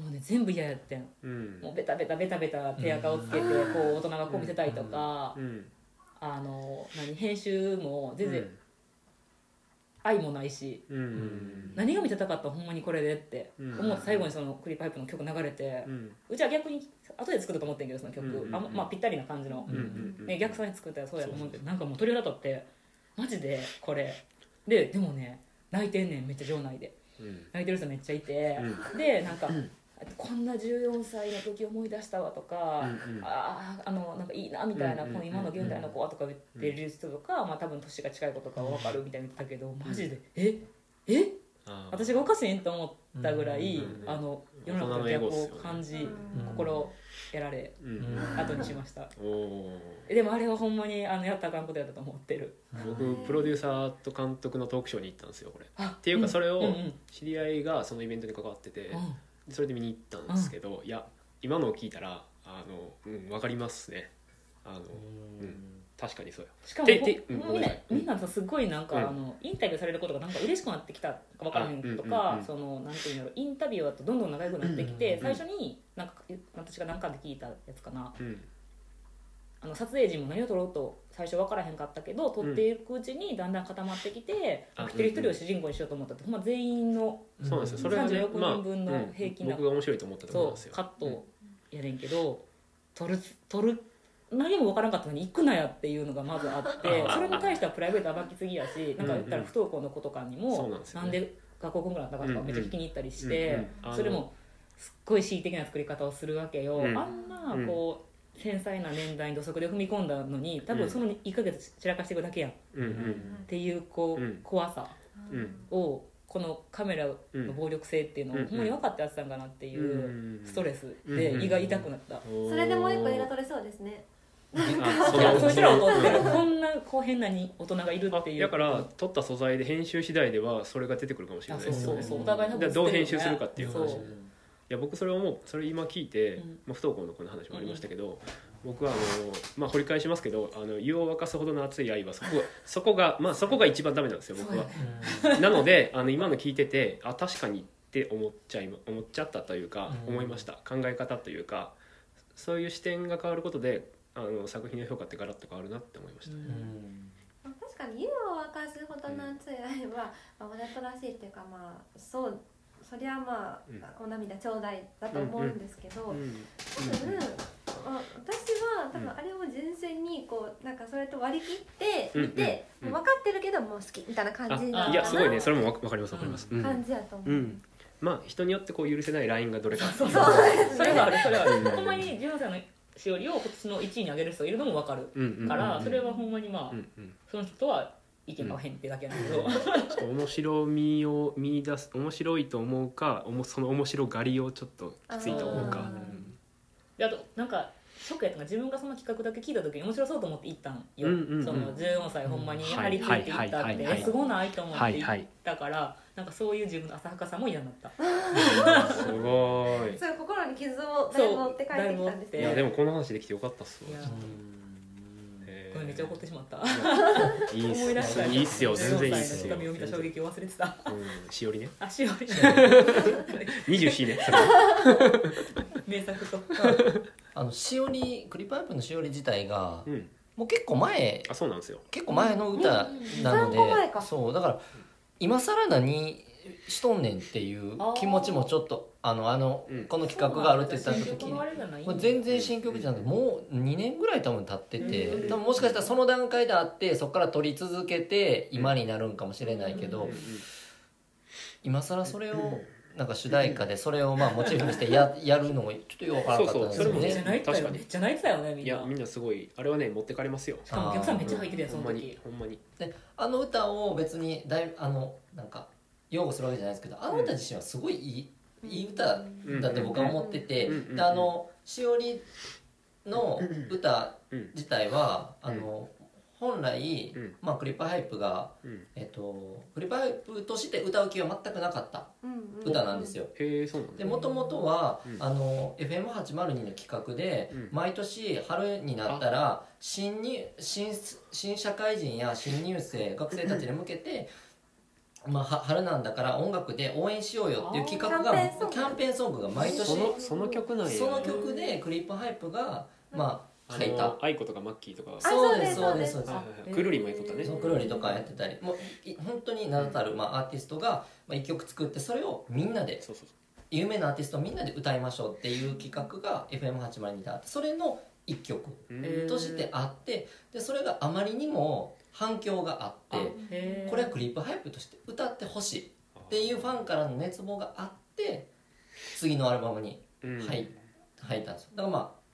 Speaker 4: もうね全部嫌やってん
Speaker 1: うん
Speaker 4: もうベタベタベタベタ手垢をつけて、
Speaker 2: うん
Speaker 4: こう大人がこう見せたいとか、
Speaker 1: うん
Speaker 4: あの何編集も
Speaker 1: う
Speaker 4: 全然
Speaker 1: ん
Speaker 4: 愛もないし、
Speaker 1: うん
Speaker 3: うん
Speaker 4: 何が見てたかったらほんまにこれでって
Speaker 1: うん
Speaker 4: 思って最後にそのクリープハイプの曲流れて、
Speaker 1: う
Speaker 4: うんちは逆に後で作ると思ってんけどその曲、
Speaker 1: うんうんうん
Speaker 4: あんままあぴったりな感じの。
Speaker 1: うんうんうん
Speaker 4: ね、逆算に作ったらそうやと思うけどなんかもう鳥肌立ってマジでこれででもね泣いてんねんめっちゃ場内で
Speaker 1: うん
Speaker 4: 泣いてる人めっちゃいて、でなんか、こんな14歳の時思い出したわ」とか
Speaker 1: うん
Speaker 4: 「
Speaker 1: うん
Speaker 4: あああのなんかいいな」みたいな、
Speaker 1: うんうん
Speaker 4: この今の現代の子はとか言ってる人とか、まあ、多分年が近い子とかは分かるみたいに言ってたけどマジで「ええ
Speaker 1: あー
Speaker 4: 私がおかしいん?」と思ったぐらい、
Speaker 1: うんうんうん
Speaker 4: あの世の中のギャップを感じ、
Speaker 2: うん
Speaker 4: 心を得られ
Speaker 1: うん
Speaker 4: 後にしました。
Speaker 1: おお
Speaker 4: でもあれはほんまにあのやったらあかんことやったと思ってる
Speaker 1: 僕プロデューサーと監督のトークショーに行ったんですよこれ
Speaker 4: っ
Speaker 1: っていうかそれを
Speaker 4: うんうん
Speaker 1: 知り合いがそのイベントに関わっててそれで見に行ったんですけどいや今のを聞いたらあのうん分かりますねあの
Speaker 3: うん
Speaker 1: 確かにそうよ
Speaker 4: しかも
Speaker 1: ててうん
Speaker 4: ほ
Speaker 1: ごめ
Speaker 4: み
Speaker 1: ん
Speaker 4: ん
Speaker 1: な
Speaker 4: な
Speaker 1: さい
Speaker 4: みんなさすごいなんか、
Speaker 1: うん
Speaker 4: あのインタビューされることがなんか嬉しくなってきたか分からへんと
Speaker 1: あ
Speaker 4: か、
Speaker 1: うんうんうん
Speaker 4: そのなんていうんだろうインタビューだとどんどん仲良くなってきて、
Speaker 3: うん
Speaker 1: うんうん
Speaker 4: 最初になんか私が何かで聞いたやつかな
Speaker 1: うん
Speaker 4: あの撮影時も何を撮ろうと最初分からへんかったけど撮っていくうちにだんだん固まってきて、
Speaker 1: あ
Speaker 4: 一人一人を主人公にしようと思ったって、ほんま全員の
Speaker 1: そうなんですよそれはね
Speaker 4: 36人分の平均
Speaker 1: ま
Speaker 4: な
Speaker 1: あうん僕が面白いと思ったところ
Speaker 4: そ
Speaker 1: なんです
Speaker 4: う
Speaker 1: よ
Speaker 4: カットやねんけど、撮る撮る何も分からんかったのに行くなやっていうのがまずあって
Speaker 1: あー
Speaker 4: それに対してはプライベート暴きすぎやしなんか言った
Speaker 1: うんう
Speaker 4: ら
Speaker 1: ん
Speaker 4: 不登校の子とかに
Speaker 1: そ
Speaker 4: も
Speaker 1: うなんですよね
Speaker 4: なんで学校こんぐらいだったかと
Speaker 1: う
Speaker 4: か
Speaker 1: んうん
Speaker 4: めっちゃ聞きに行ったりし
Speaker 1: うん
Speaker 4: て
Speaker 1: うんあの
Speaker 4: それもすっごい恣意的な作り方をするわけよ、
Speaker 1: うん
Speaker 4: あんなこう繊細な年代に土足で踏み込んだのに多
Speaker 1: う
Speaker 4: 分
Speaker 1: ん
Speaker 4: その1ヶ月散らかしていくだけやんっ
Speaker 1: うん
Speaker 3: うん
Speaker 4: ていうこう、
Speaker 1: うん
Speaker 4: 怖さ
Speaker 1: うん
Speaker 4: をこのカメラの暴力性っていうのを、
Speaker 1: うん
Speaker 4: ほんまに分かってやってたんかなっていうストレ
Speaker 1: ス
Speaker 4: スで胃が痛くなった、
Speaker 2: それでもう一個映画撮れそうですね
Speaker 1: あ
Speaker 4: いや
Speaker 1: の
Speaker 4: そいつらを撮ってるこんなこう変なに大人がいるっていう
Speaker 1: だから撮った素材で編集次第ではそれが出てくるかもしれ
Speaker 4: あ
Speaker 1: ない
Speaker 4: そ
Speaker 1: で
Speaker 4: う
Speaker 1: すよ
Speaker 4: そ
Speaker 1: ね
Speaker 4: うそう
Speaker 1: い
Speaker 4: お互い多分
Speaker 1: だからどう編集するかっていう話
Speaker 4: そ
Speaker 1: や僕それをもうそれ今聞いて、
Speaker 4: うん
Speaker 1: まあ、不登校の子の話もありましたけど、僕はあの、まあ、掘り返しますけどあの湯を沸かすほどの熱い愛はそこそこが、 まあ、そこが一番ダメなんですよ僕は。なのであの今の聞いててあ確かにって思っちゃい思っちゃったというか、
Speaker 3: うん
Speaker 1: 思いました考え方というかそういう視点が変わることであの作品の評価ってガラッと変わるなって思いまし
Speaker 4: う
Speaker 1: た、
Speaker 3: うんん
Speaker 2: まあ確かに湯を沸かすほどの熱い愛は、まあ、おだとらしいっていうかまあそうそりゃまあ、お涙ちょうだいだと思うんですけど、
Speaker 1: うん
Speaker 2: 多分、あ私は多分あれを純粋にこうなんかそれと割り切っていて、
Speaker 1: うんうん
Speaker 2: 分かってるけどもう好きみたいな感じな
Speaker 1: あ
Speaker 2: の
Speaker 1: い
Speaker 2: か
Speaker 1: や
Speaker 2: な
Speaker 1: すごいねそれもわわかりますわかります、うん
Speaker 2: 感じやと思う、
Speaker 1: うんまあ人によってこう許せないラインがどれかっていう
Speaker 4: それはあるそれはあ
Speaker 1: うん
Speaker 4: るほんまにジュンさんのしおりを今年の1位に上げる人がいるのも分かる
Speaker 1: うんうんうん
Speaker 4: からそれはほんまにまあ
Speaker 1: うんうん
Speaker 4: その人とは意見が合わへんってだけなんだけど
Speaker 1: ちょっと面白みを見出す面白いと思うかおもその面白がりをちょっときついと思うか、
Speaker 4: あー
Speaker 1: うん
Speaker 4: であとなんかショックやったのが自分がその企画だけ聞いた時に面白そうと思って行ったんよ、
Speaker 1: うんうんうん
Speaker 4: その14歳ほんまに
Speaker 1: はい
Speaker 4: 張り切って行った
Speaker 1: は
Speaker 4: っ
Speaker 1: い
Speaker 4: て
Speaker 1: はいはい
Speaker 4: えすごないと思っ
Speaker 1: は
Speaker 4: て
Speaker 1: い
Speaker 4: 行
Speaker 1: は
Speaker 4: っ
Speaker 1: い
Speaker 4: たから、なんかそういう自分の浅はかさも嫌になった
Speaker 1: すごい
Speaker 2: そういう心に傷をだいぶ負って帰ってきたんです
Speaker 1: い
Speaker 4: そ
Speaker 2: けど
Speaker 4: う
Speaker 1: やでもこの話できてよかったっす
Speaker 4: いや
Speaker 1: わえー
Speaker 4: ごめんめっちゃ怒ってしまった、
Speaker 1: いい
Speaker 4: 思い
Speaker 1: っ
Speaker 4: 出し
Speaker 1: す
Speaker 4: た
Speaker 1: いいっすよ全然いいっ
Speaker 4: 14
Speaker 1: すよ
Speaker 4: 歳の手紙を見た衝撃を忘れてた
Speaker 1: うんしお りね
Speaker 4: あしおり
Speaker 1: 24ね
Speaker 4: 名作と
Speaker 3: あのしおりクリパイプのしおり自体が
Speaker 1: うん
Speaker 3: もう結構前
Speaker 1: あそうなんですよ
Speaker 3: 結構前の歌なので、
Speaker 2: うんうんうん23個前か
Speaker 3: そうだから今更何しとんねんっていう気持ちもちょっとあのあの、
Speaker 1: うん
Speaker 3: この企画があるって言った
Speaker 4: 新
Speaker 3: 時
Speaker 4: 曲
Speaker 3: に
Speaker 4: のあれじゃない
Speaker 3: これ全然新曲じゃなくてもう2年ぐらい多分経ってて、
Speaker 4: うん
Speaker 3: 多分もしかしたらその段階であってそこから撮り続けて今になるんかもしれないけど、
Speaker 1: うんうん
Speaker 3: 今更それをなんか主題歌でそれをまあモチーフにして ややるのもちょっとよくわからなかったんですよ
Speaker 1: それも
Speaker 4: め
Speaker 3: ね
Speaker 4: っちゃ泣いてた
Speaker 1: 確か
Speaker 4: よ
Speaker 1: に
Speaker 4: めっちゃ泣いてたよねみん
Speaker 1: い
Speaker 4: な
Speaker 1: やみんなすごいあれはね持ってかれますよ
Speaker 4: しかもお客さんめっちゃ入ってたよそ
Speaker 1: ほん
Speaker 4: の
Speaker 1: ま
Speaker 4: 時
Speaker 1: にほんまに
Speaker 3: であの歌を別にだいあのなんか擁護するわけじゃないですけどあの歌自身はすごいいい,、いい歌だって僕は思ってて、
Speaker 1: うんうん
Speaker 3: であのしおりの歌
Speaker 1: うん
Speaker 3: 自体は、
Speaker 1: うん
Speaker 3: あの本来、
Speaker 1: うん
Speaker 3: まあ、クリッパーハイプが、
Speaker 1: うん
Speaker 3: えっと、クリッパーハイプとして歌う気は全くなかった
Speaker 2: うんうん
Speaker 3: 歌なんですよ。
Speaker 1: へえそうなん
Speaker 3: で
Speaker 1: だ
Speaker 3: もともとは、
Speaker 1: うん
Speaker 3: あの FM802 の企画で、
Speaker 1: うん
Speaker 3: 毎年春になったら新入新新社会人や新入生学生たちに向けて、まあ、は春なんだから音楽で応援しようよっていう企画が
Speaker 2: あー
Speaker 3: キャンペーンソングが毎年
Speaker 1: そのその曲なんや
Speaker 3: その曲でクリップハイプが、まあ、
Speaker 1: あ
Speaker 3: 書いた
Speaker 1: のアイコとかマッキーとか
Speaker 2: あ
Speaker 3: そうです
Speaker 2: そ
Speaker 3: そうう
Speaker 2: で
Speaker 3: ですすそうです
Speaker 1: はいはいはいくるりもやっとったね
Speaker 3: そのクロリとかやってたりもうい本当に名だたる、まあ、アーティストが、まあ、1曲作ってそれをみんなで
Speaker 1: そうそう
Speaker 3: 有名なアーティストみんなで歌いましょうっていう企画が FM802 であってそれの1曲
Speaker 1: そううん
Speaker 4: えー
Speaker 3: としてあってでそれがあまりにも反響があって
Speaker 4: へー
Speaker 3: これはクリップハイプとして歌ってほしいっていうファンからの熱望があって次のアルバムに
Speaker 1: うん
Speaker 3: 入入ったんですよだからまあ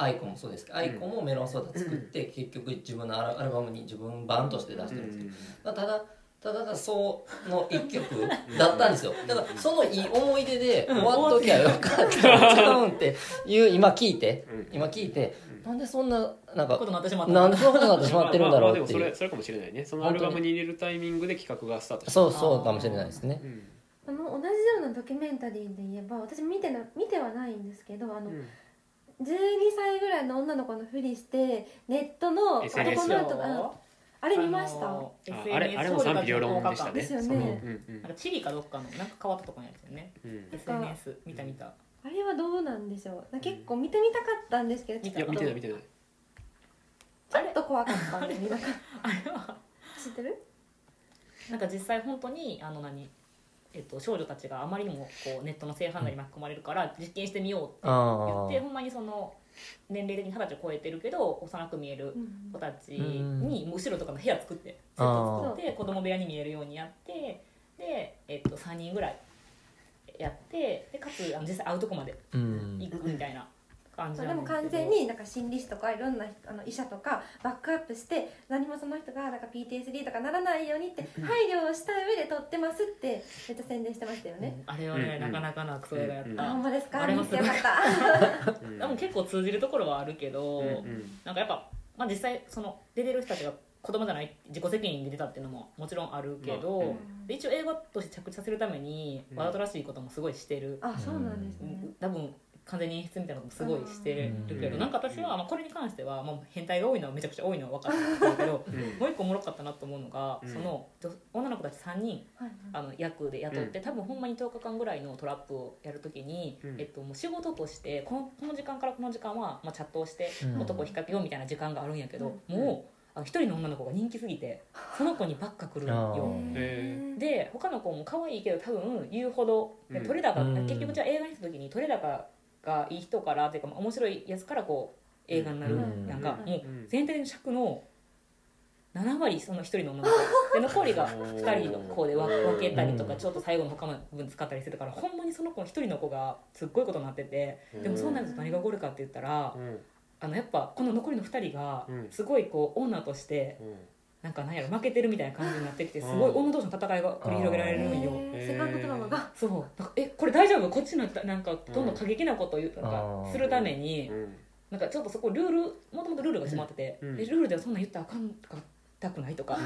Speaker 3: アイコもそうですけどアイコもメロンソーダ作って結局自分のアルアルバムに自分版として出してるんですけどまあただただただそうの一曲だったんですよだからそのいい思い出で終わっときゃよかったちゃうんっていう今聞いて
Speaker 1: うん
Speaker 3: 今聞いて
Speaker 1: うん
Speaker 3: なんでそんななん
Speaker 4: こ
Speaker 3: か
Speaker 4: とになってしまった
Speaker 3: なんでそんなことになってしまってるんだろ
Speaker 1: まあまあま
Speaker 3: うって
Speaker 1: あでもそ
Speaker 3: い
Speaker 1: れ
Speaker 3: う
Speaker 1: それかもしれないねそのアルバムに入れるタイミングで企画がスタートした
Speaker 3: そうそうかもしれないですね
Speaker 1: うん
Speaker 2: あの同じようなドキュメンタリーで言えば私見てな見てはないんですけどあの、
Speaker 1: うん
Speaker 2: 12歳ぐらいの女の子のふりしてネットの
Speaker 1: SNS
Speaker 2: 男の人があ
Speaker 4: あ
Speaker 2: れ見ました、
Speaker 4: の SNS
Speaker 1: あれあれも賛否両論でした
Speaker 2: で
Speaker 1: ね
Speaker 2: すよ
Speaker 1: そのう
Speaker 2: ね
Speaker 1: ん
Speaker 4: なんかチリかどっかのなんか変わったとこにあるんですよね
Speaker 1: うんうん
Speaker 2: なんか
Speaker 4: SNS 見た見た
Speaker 2: あれはどうなんでしょうな結構見てみたかったんですけどち
Speaker 4: 見
Speaker 1: い
Speaker 4: た
Speaker 1: や
Speaker 2: ょっ
Speaker 1: 見てない
Speaker 2: と
Speaker 1: 見てない
Speaker 4: あ
Speaker 2: ちょ
Speaker 4: れ
Speaker 2: っと怖かったんで見なかった
Speaker 4: あれは
Speaker 2: 知ってる
Speaker 4: なんか実際本当にあの何えっと、少女たちがあまりにもこうネットの性犯罪に巻き込まれるから実験してみようって言
Speaker 3: あ
Speaker 4: ってほんまにその年齢的に二十歳を超えてるけど幼く見える子たちにもう後ろとかの部屋作ってセット作って子供部屋に見えるようにやってで、えっと、3人ぐらいやってでかつあの実際会うとこまで
Speaker 3: うん
Speaker 4: 行くみたいな感じ
Speaker 2: そう
Speaker 4: なん
Speaker 2: でも
Speaker 4: ですけど
Speaker 2: 完全になんか心理師とかいろんなあの医者とかバックアップして何もその人がなんか PTSD とかならないようにって配慮をした上で撮ってますってめっちゃ宣伝してましたよね。
Speaker 4: うんあれは
Speaker 1: うんう
Speaker 4: ね
Speaker 1: ん
Speaker 4: なかなかなクソ映画やった
Speaker 1: うん
Speaker 2: あほんまですか
Speaker 4: あれも
Speaker 2: 見
Speaker 4: すご
Speaker 2: て
Speaker 4: い
Speaker 2: よかった。
Speaker 1: うん
Speaker 4: でも結構通じるところはあるけど
Speaker 1: うんうん
Speaker 4: なんかやっぱまあ実際その出てる人たちが子供じゃない自己責任で出たっていうのももちろんあるけど、
Speaker 1: まあ
Speaker 4: で一応映画として着地させるために
Speaker 1: うん
Speaker 4: わざとらしいこともすごいしてる、
Speaker 2: あそうなんですね。
Speaker 4: 多分完全に演出みたいなこともすごいしてるけど、
Speaker 1: うん
Speaker 4: なんか私は、まあ、これに関しては、まあ、変態が多いのはめちゃくちゃ多いのは分かってる けど
Speaker 1: うん
Speaker 4: もう一個おもろかったなと思うのが、
Speaker 1: うん
Speaker 4: その女女の子たち3人
Speaker 2: はい
Speaker 4: あの役で雇って、多分ほんまに10日間ぐらいのトラップをやるときに、
Speaker 1: うん
Speaker 4: えっと、もう仕事としてこのこの時間からこの時間は、まあ、チャットをして、
Speaker 3: うん
Speaker 4: 男を引っ掛けようみたいな時間があるんやけど、
Speaker 1: うん
Speaker 4: もうあの一人の女の子が人気すぎてその子にばっか来るよ。
Speaker 1: え
Speaker 2: ー
Speaker 4: で他の子も可愛いけど多分言うほどで
Speaker 1: うん
Speaker 4: 取れ高、
Speaker 3: うん
Speaker 4: 結局じゃあ映画にした時に取れ高がいい人からっていうかまあ面白いやつからこう映画になる
Speaker 3: うん
Speaker 4: やんか、
Speaker 2: うん
Speaker 4: もう
Speaker 1: うん
Speaker 4: 全体の尺の7割その1人の女の子で残りが2人の子で分分けたりとか
Speaker 3: うん
Speaker 4: ちょっと最後の他の部分使ったりしてたからほんまにその子の1人の子がすっごいことになっててでもそうなると何が起こるかって言ったら
Speaker 1: うん
Speaker 4: あのやっぱこの残りの2人が
Speaker 1: うん
Speaker 4: すごいこう女として
Speaker 1: うん
Speaker 4: なんかなんやろ負けてるみたいな感じになってきてすごい女同士の戦いが繰り広げられるんよ。
Speaker 2: えーセカンドドラマが。
Speaker 4: そうなんかえこれ大丈夫こっちのなんかどんどん過激なことを言うなん
Speaker 3: あ
Speaker 4: か
Speaker 3: ー
Speaker 4: するために
Speaker 1: うん
Speaker 4: なんかちょっとそこルールもともとルールが決まってて、
Speaker 1: うん
Speaker 4: えルールではそんなん言ったらあかんかったくないとか、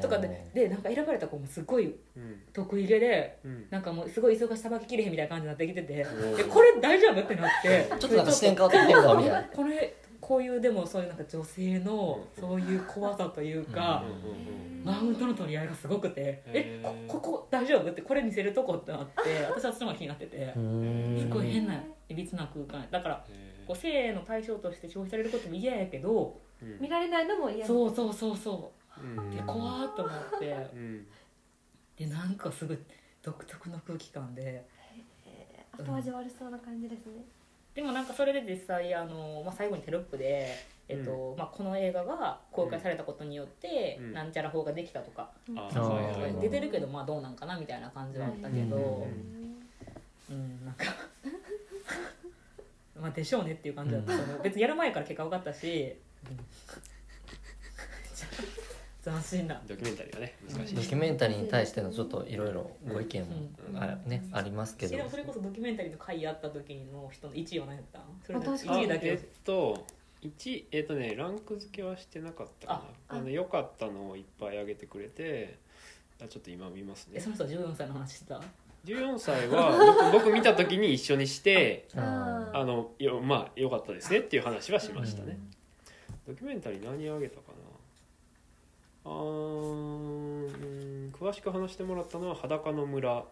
Speaker 4: とかででなんか選ばれた子もすごい
Speaker 1: うん
Speaker 4: 得意げで
Speaker 1: うん
Speaker 4: なんかもうすごい忙しさばききれへんみたいな感じになってきてて
Speaker 1: うん
Speaker 4: えこれ大丈夫ってなって
Speaker 3: ちょっとなんか視点変わってきてるぞみたいな
Speaker 4: これこういうでもそういうなんか女性の
Speaker 1: うん
Speaker 4: そういう怖さというか、
Speaker 1: うんうん
Speaker 4: マウントの取り合いがすごくて、
Speaker 1: へ
Speaker 4: えこ
Speaker 1: ー
Speaker 4: ここ大丈夫ってこれ見せるとこってなって 私はそっちの方が気になってて
Speaker 3: う。ん
Speaker 4: すごい変ないびつな空間だから
Speaker 1: へ
Speaker 4: こう性の対象として消費されることも嫌やけど
Speaker 1: ーうん
Speaker 2: 見られないのも嫌う
Speaker 4: そうそうそうそううんで怖ーっと思って
Speaker 1: うん
Speaker 4: でなんかすごい独特の空気感で
Speaker 2: 後味悪そうな感じですね。
Speaker 4: でもなんかそれで実際あの、まあ、最後にテロップで、えっとまあ、この映画が公開されたことによって、
Speaker 1: うん
Speaker 4: なんちゃら法ができたとか、
Speaker 1: あ
Speaker 2: あ
Speaker 1: ーはい
Speaker 3: うん
Speaker 1: はい
Speaker 4: 出てるけどまあどうなんかなみたいな感じはあったけど、
Speaker 3: うん
Speaker 4: うん、なんか まあでしょうねっていう感じだった、その別にやる前から結果分かったし、斬新な、
Speaker 1: ドキュメンタリーがね難しい
Speaker 3: ドキュメンタリーに対してのちょっといろいろご意見も
Speaker 1: うん
Speaker 3: あ,、ね、ありますけ
Speaker 4: え
Speaker 3: ど
Speaker 4: でもそれこそドキュメンタリーの回やった時の人の1位は何やったんそれ
Speaker 2: あ確か
Speaker 4: 1
Speaker 2: に
Speaker 4: 位だ
Speaker 1: あ
Speaker 4: け
Speaker 1: えっと1えっとねランク付けはしてなかったか
Speaker 2: あ
Speaker 1: なあの良かったのをいっぱい上げてくれてあちょっと今見ます
Speaker 4: え
Speaker 1: ね
Speaker 4: その人は14歳の話してた
Speaker 1: 14歳は僕僕見た時に一緒にして
Speaker 3: あ
Speaker 1: あのよまあ良かったですねっていう話はしましたね、ドキュメンタリー何上げたかなあーうーん詳しく話してもらったのは「裸の村」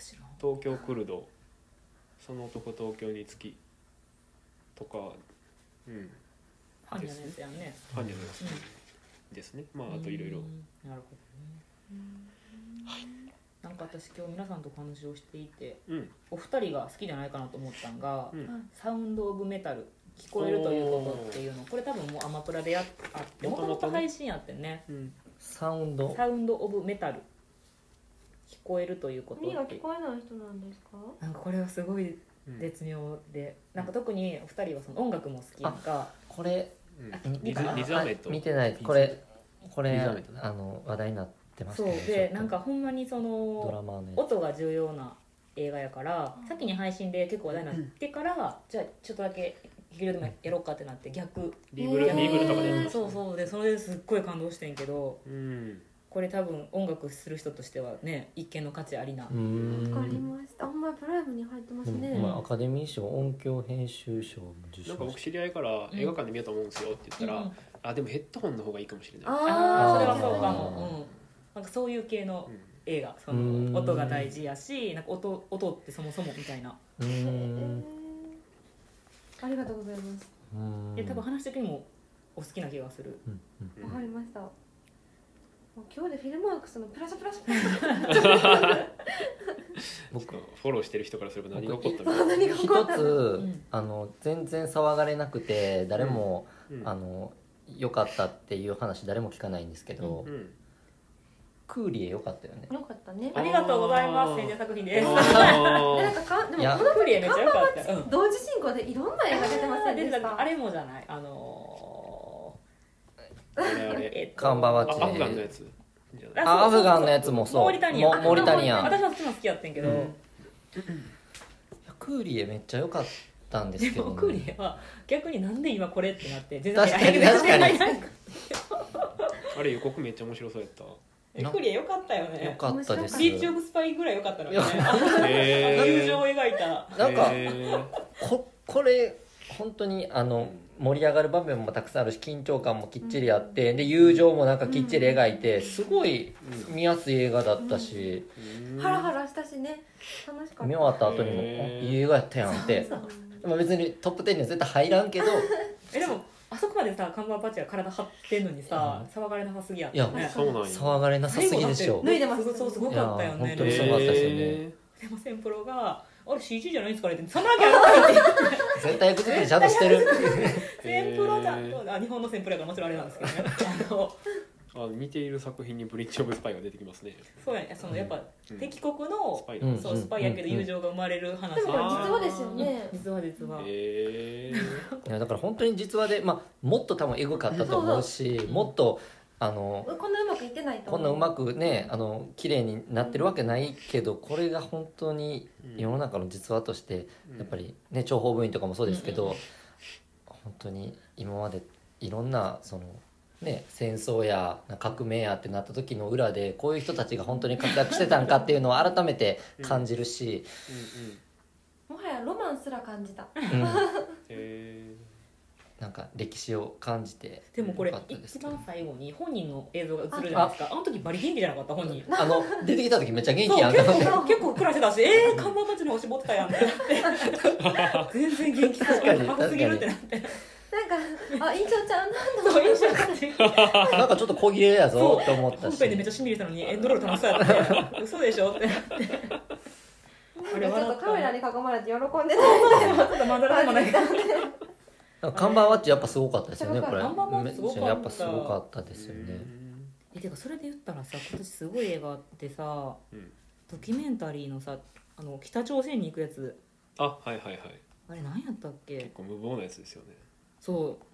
Speaker 4: 知らん
Speaker 1: 東京クルドその男東京につきとかうん
Speaker 4: ハンニャのやつやんね
Speaker 1: ハンニャのやつですねまああといろいろ
Speaker 4: うんなるほどねなんか私今日皆さんとお話をしていて
Speaker 1: うん
Speaker 4: お二人が好きじゃないかなと思ったんが、
Speaker 1: うん
Speaker 4: サウンド・オブ・メタル聞こえるということっていうのこれ多分もうアマプラでやっあっても
Speaker 1: 元々
Speaker 4: とも
Speaker 1: ね
Speaker 4: と配信やってんね
Speaker 1: うん
Speaker 3: サウンド
Speaker 4: サウンド・オブ・メタル聞こえるということ
Speaker 2: 耳が
Speaker 4: ってい
Speaker 2: 聞
Speaker 4: う
Speaker 2: こえない人なんですか？
Speaker 4: なんかこれはすごい絶妙で、なんか特にお二人はその音楽も好きなんか
Speaker 3: これ
Speaker 1: うんリズリズアメと
Speaker 3: 見てないこれこれ
Speaker 1: リザメトね
Speaker 3: あの話題になってまし
Speaker 4: そ
Speaker 3: た
Speaker 4: う
Speaker 3: ね
Speaker 4: で
Speaker 3: ちょっと
Speaker 4: なんかほんまにそ
Speaker 3: ドラ
Speaker 4: の
Speaker 3: マーのやつ
Speaker 4: 音が重要な映画やから
Speaker 2: うん
Speaker 4: 先に配信で結構話題になってから、じゃあちょっとだけ劇場でもやろうかってなって逆
Speaker 1: リーブルリ
Speaker 2: へー
Speaker 1: ーブルとかでやってます
Speaker 4: そうそうでそれですっごい感動してんけど
Speaker 1: うん
Speaker 4: これ多分音楽する人としてはね一見の価値ありな、
Speaker 3: うーん
Speaker 2: わかりました。あんまりプライムに入ってます
Speaker 3: で
Speaker 2: ね。
Speaker 3: もまあアカデミー賞音響編集賞も受
Speaker 1: なんか
Speaker 3: 賞
Speaker 1: 僕知り合いから映画館で見ようと思うんですよって言ったら、
Speaker 4: うん
Speaker 1: あでもヘッドホンの方がいいかもしれない
Speaker 4: ああ
Speaker 3: ー
Speaker 4: それ
Speaker 2: ー
Speaker 4: はそうか
Speaker 3: あー
Speaker 4: も、うん、なんかそういう系の
Speaker 1: うん
Speaker 4: 映画そう
Speaker 3: ーん
Speaker 4: の音が大事やしなんか音音ってそもそもみたいな
Speaker 3: うー
Speaker 2: へ
Speaker 3: ん
Speaker 2: ーありがとうございます。
Speaker 3: うーん
Speaker 4: で多分話的にもお好きな気がする
Speaker 3: うんうん
Speaker 1: うん
Speaker 2: わかりました。もう今日でフィルマークスのプラスプラスプラス。
Speaker 3: 僕
Speaker 1: フォローしてる人からすれば何が起こったのか、
Speaker 2: 何が起こ
Speaker 3: 一
Speaker 2: った
Speaker 3: つ
Speaker 2: の？
Speaker 4: うん
Speaker 3: あの全然騒がれなくて誰も
Speaker 1: うん
Speaker 3: あの良かったっていう話誰も聞かないんですけど
Speaker 1: うん
Speaker 3: クーリエ良かったよね
Speaker 2: よかったね
Speaker 4: ありがとうございます宣伝作品です
Speaker 2: で
Speaker 1: あ
Speaker 2: なんかかで
Speaker 3: い
Speaker 2: も
Speaker 3: や
Speaker 2: この
Speaker 4: クーリエめっちゃ良かったうん
Speaker 2: 同時進行でいろんな映画出てませんで
Speaker 4: 出
Speaker 2: し
Speaker 4: てた
Speaker 2: た
Speaker 4: あれもじゃないあの
Speaker 1: ーあれあ
Speaker 4: ー
Speaker 1: れ
Speaker 4: えっと
Speaker 3: 看板は
Speaker 1: あアフガンのやつじゃない
Speaker 4: あ
Speaker 3: あア
Speaker 4: そうそうそう
Speaker 3: フガンのやつもそう
Speaker 4: モーリタニア
Speaker 3: モモーリタニア
Speaker 4: 私はそっちも好きやってんけど、
Speaker 1: うん
Speaker 3: いやクーリエめっちゃ良かったんです
Speaker 4: で
Speaker 3: けど、
Speaker 4: もクーリエは逆になんで今これってなって全
Speaker 3: 確かに確かに
Speaker 4: なんか
Speaker 1: あれ予告めっちゃ面白そうやった
Speaker 4: えクーリエよかったよ
Speaker 3: 良
Speaker 4: ね
Speaker 3: かったです
Speaker 4: ビーチオブスパイぐらいよかったのにね
Speaker 3: よ
Speaker 1: へー
Speaker 4: 友情を描いた
Speaker 3: なんか
Speaker 1: へー
Speaker 3: ここれ本当にあの盛り上がる場面もたくさんあるし緊張感もきっちりあってで友情もなんかきっちり描いてすごい見やすい映画だったし
Speaker 1: うん
Speaker 2: ハラハラしたしね楽しかった
Speaker 3: 見終わった後にも
Speaker 1: へー
Speaker 3: あいい映画やったやんって
Speaker 2: うん
Speaker 3: まあ別にトップ10には絶対入らんけど
Speaker 4: えでもあそこまでさ看板パッチが体張ってんのにさ、騒がれなさすぎやった
Speaker 3: いや
Speaker 1: そうなんや
Speaker 3: 騒がれなさすぎでしょ
Speaker 2: 脱いでました
Speaker 4: そうすごかったよね
Speaker 3: いや本当にそう
Speaker 4: で
Speaker 3: だったですよね
Speaker 1: へ
Speaker 4: もセンプロが「あれ CG じゃないんですかね?」って「そんなわけあるか!」って
Speaker 3: 絶対役作りちゃんとしてる
Speaker 1: ー
Speaker 4: センプロちゃんとあ日本のセンプロやからもちろんあれなんですけどねあの
Speaker 1: あ似ている作品にブリッジ・オブ・スパイが出てきますね、
Speaker 4: そうやねそのやっぱ
Speaker 1: うん
Speaker 4: 敵国の
Speaker 1: スパイだ、へ
Speaker 3: ん
Speaker 4: そうスパイやけど友情が生まれる話
Speaker 2: でもこれ
Speaker 1: 実話
Speaker 2: ですよね
Speaker 4: 実は実は
Speaker 1: え
Speaker 3: いやだから本当に実話で、まあ、もっと多分エグかったと思うしもっとあの
Speaker 2: こんなうまくいってないと
Speaker 3: こん
Speaker 2: 思
Speaker 3: な
Speaker 2: う
Speaker 3: うまくねあの綺麗になってるわけないけどこれが本当に世の中の実話としてやっぱりね諜報部員とかもそうですけど、
Speaker 4: うんうん
Speaker 3: 本当に今までいろんなその、ね、戦争や革命やってなった時の裏でこういう人たちが本当に活躍してたんかっていうのを改めて感じるし、
Speaker 1: うんうん
Speaker 2: もはやロマンすら感じた
Speaker 3: うん
Speaker 1: へ
Speaker 3: なんか歴史を感じて
Speaker 4: でもこ
Speaker 3: よ
Speaker 4: れ
Speaker 3: かったです
Speaker 4: 一
Speaker 3: けど
Speaker 4: 番最後に本人の映像が映るじゃないですかあの時バリ元気じゃなかった本人
Speaker 3: あの出てきた時めっちゃ元
Speaker 4: そう
Speaker 3: 気やん
Speaker 4: 結
Speaker 3: か
Speaker 4: 構結構暮らしてたしえー、看板たちのおしぼってたやんってなって全然元気そう
Speaker 3: 確かに
Speaker 4: 若すぎるってなって
Speaker 2: なんかあ印象ちゃうな
Speaker 4: そう印象変わって
Speaker 3: なんかちょっと小切れやぞって思った
Speaker 4: 本
Speaker 3: し
Speaker 4: 編でめっちゃしんみりしたのにエンドロール楽しそうやって嘘でしょってなってあれ
Speaker 2: ちょ
Speaker 4: 笑
Speaker 2: っ
Speaker 4: っ
Speaker 2: と
Speaker 4: た
Speaker 2: カメラに囲まれて喜ん
Speaker 4: ち
Speaker 2: で
Speaker 4: ょっとまだらでもない
Speaker 3: なんか看板ワッチやっぱすごかったですよね
Speaker 2: すご
Speaker 3: こ
Speaker 2: か
Speaker 3: れ
Speaker 2: った
Speaker 4: 看板ワッチすごかった
Speaker 3: やっぱすごかったですよね
Speaker 4: えてかそれで言ったらさ今年すごい映画ってさ、
Speaker 1: うん
Speaker 4: ドキュメンタリーのさあの北朝鮮に行くやつ
Speaker 1: あはいはいはい
Speaker 4: あれ何やったっ
Speaker 1: 結
Speaker 4: け
Speaker 1: 構無謀なやつですよね、
Speaker 4: そう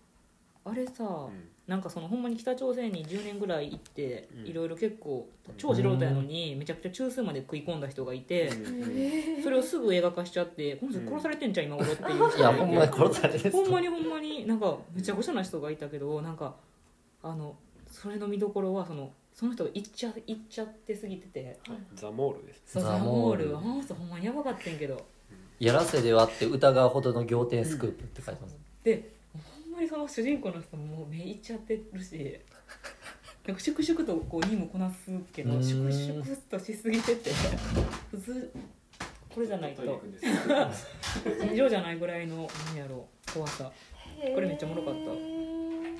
Speaker 4: あれさ、
Speaker 1: うん
Speaker 4: なんかそのほんまに北朝鮮に10年ぐらい行って、
Speaker 1: うん
Speaker 4: いろいろ結構超素人やのにめちゃくちゃ中枢まで食い込んだ人がいて、それをすぐ映画化しちゃってこの人殺されてんじゃん今頃っていう人
Speaker 3: いやほんまに殺されてる
Speaker 4: ほんまにほんまになんかめちゃくちゃな人がいたけどなんかあのそれの見どころはそのその人が行っちゃ行っちゃってすぎてて
Speaker 1: ザ・モールです
Speaker 4: そう
Speaker 3: ザ
Speaker 4: ザ・
Speaker 3: モ
Speaker 4: モ
Speaker 3: ー
Speaker 4: ー
Speaker 3: ル
Speaker 4: ルあの人ほんまにやばかったんやけど
Speaker 3: やらせではって疑うほどの仰天スクープって書いてます、
Speaker 4: でほんまにその主人公の人ももう目いっちゃってるしなんか粛々とこう任務こなすけ
Speaker 3: う
Speaker 4: ど
Speaker 3: ん
Speaker 4: 粛々としすぎてて普通これじゃないと尋常じゃないぐらいの何やろう怖さこれめっちゃおもろかった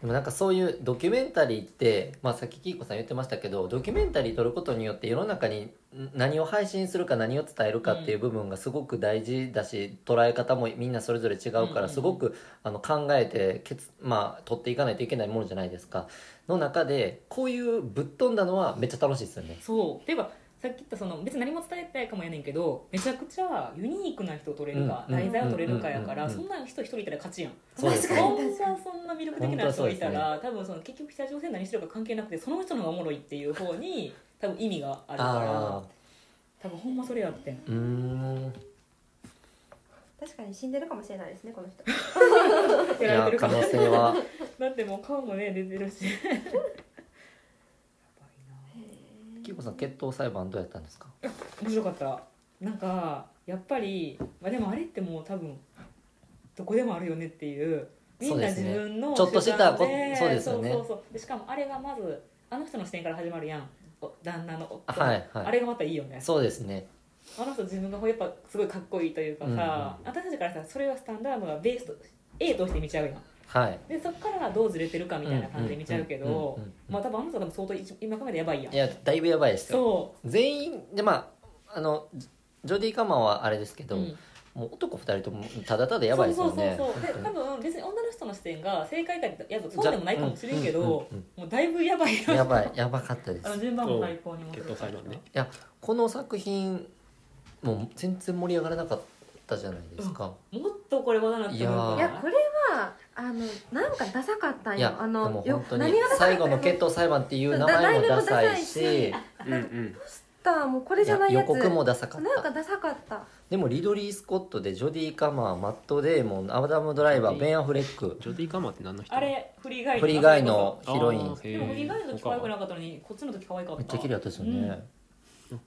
Speaker 3: でもなんかそういうドキュメンタリーって、まあ、さっきキイコさん言ってましたけどドキュメンタリー撮ることによって世の中にん何を配信するか何を伝えるかっていう部分がすごく大事だし、捉え方もみんなそれぞれ違う
Speaker 4: うん
Speaker 3: か
Speaker 4: うんう
Speaker 3: ら
Speaker 4: ん
Speaker 3: すごくあの考えてけつ、まあ、撮っていかないといけないものじゃないですかの中でこういうぶっ飛んだのはめっちゃ楽しいですよね。
Speaker 4: そうていうかさっき言ったその別に何も伝えたいかもやねんけどめちゃくちゃユニークな人を取れるか
Speaker 3: うん
Speaker 4: 題材を取れるかやか
Speaker 3: う
Speaker 4: ら
Speaker 3: んうん
Speaker 4: そんな人一人いたら勝ちやん
Speaker 3: そうですね
Speaker 4: そんなそんな魅力的な人がいたら、多分その結局北朝鮮何してるか関係なくてその人の方がおもろいっていう方に多分意味があるから
Speaker 3: あ
Speaker 4: 多分ほんまそれやってん
Speaker 3: ーうーん
Speaker 2: 確かに死んでるかもしれないですねこの人
Speaker 3: い
Speaker 4: やられ
Speaker 3: や
Speaker 4: てる
Speaker 3: 可
Speaker 4: かも
Speaker 3: 能性は
Speaker 4: だってもう顔もね出てるしやばいな
Speaker 3: キイコさん決闘裁判どうやったんですか
Speaker 4: 面白かったなんかやっぱり、まあ、でもあれってもう多分どこでもあるよねっていうみんな
Speaker 3: そうです
Speaker 4: 自
Speaker 3: ね
Speaker 4: 分の
Speaker 3: ちょっとしたこ
Speaker 4: 手段
Speaker 3: そうですよね
Speaker 4: そうそうそうでしかもあれがまずあの人の視点から始まるやんお旦那の
Speaker 3: あ
Speaker 4: 夫の、
Speaker 3: はいは
Speaker 4: あ
Speaker 3: い
Speaker 4: れがまたいいよね
Speaker 3: そうですね
Speaker 4: あの人自分がやっぱすごいかっこいいというかさ、私たちからさそれはスタンダードはベースと A として見ちゃうやん
Speaker 3: はい
Speaker 4: でそこからどうずれてるかみたいな感じで見ちゃうけ
Speaker 3: うんうんうんう
Speaker 4: ど
Speaker 3: んうん
Speaker 4: まあ多分あの人は多分相当一今までやばいやん
Speaker 3: いやだいぶやばいですよ
Speaker 4: そ
Speaker 3: 全員でまああのジジョディ・カマンはあれですけ
Speaker 4: う、
Speaker 3: ど、
Speaker 4: うん、
Speaker 3: もう男2人ともただただやばいですよね
Speaker 4: そうそうそうそうで多分別に女の人の視点が正解かやつそうでもないかもしれんけど、
Speaker 3: うんうん
Speaker 4: もうだいぶやばいよ
Speaker 3: やばいやばかったです
Speaker 4: あの順番も最高に面白
Speaker 1: 決闘裁判ね
Speaker 3: この作品もう全然盛り上がらなかったじゃないですか、
Speaker 4: もっとこれ話題になっても
Speaker 3: い
Speaker 2: いやこれはあのなんかダサかったん
Speaker 3: い
Speaker 2: よ
Speaker 3: や
Speaker 2: あ
Speaker 3: でも
Speaker 2: のよ
Speaker 3: 本当に最後の決闘裁判っていう名
Speaker 2: だ
Speaker 3: 前
Speaker 2: 題
Speaker 3: も
Speaker 2: 名
Speaker 3: ダ
Speaker 2: もダ
Speaker 3: サ
Speaker 2: サい
Speaker 3: いし
Speaker 2: し
Speaker 1: うんうん
Speaker 2: タもうこれじゃない
Speaker 3: いや
Speaker 2: や
Speaker 3: 予
Speaker 2: つ
Speaker 3: 告もダサかっ
Speaker 2: なん
Speaker 3: た
Speaker 2: かダサかった
Speaker 3: でもリドリー・スコットでジョディ・カマーマット・デーモンアダム・ドライバーベン・アフレック
Speaker 1: ジョディ・カマーって何の人
Speaker 4: あれフリーガイ
Speaker 3: フ
Speaker 4: ド
Speaker 3: リーガイのヒロイン
Speaker 1: あーへ
Speaker 4: で
Speaker 1: ー
Speaker 4: もフリーガイドの時可愛くなかったのにこっちの時可愛かった
Speaker 3: めっちゃ綺麗だったですよね、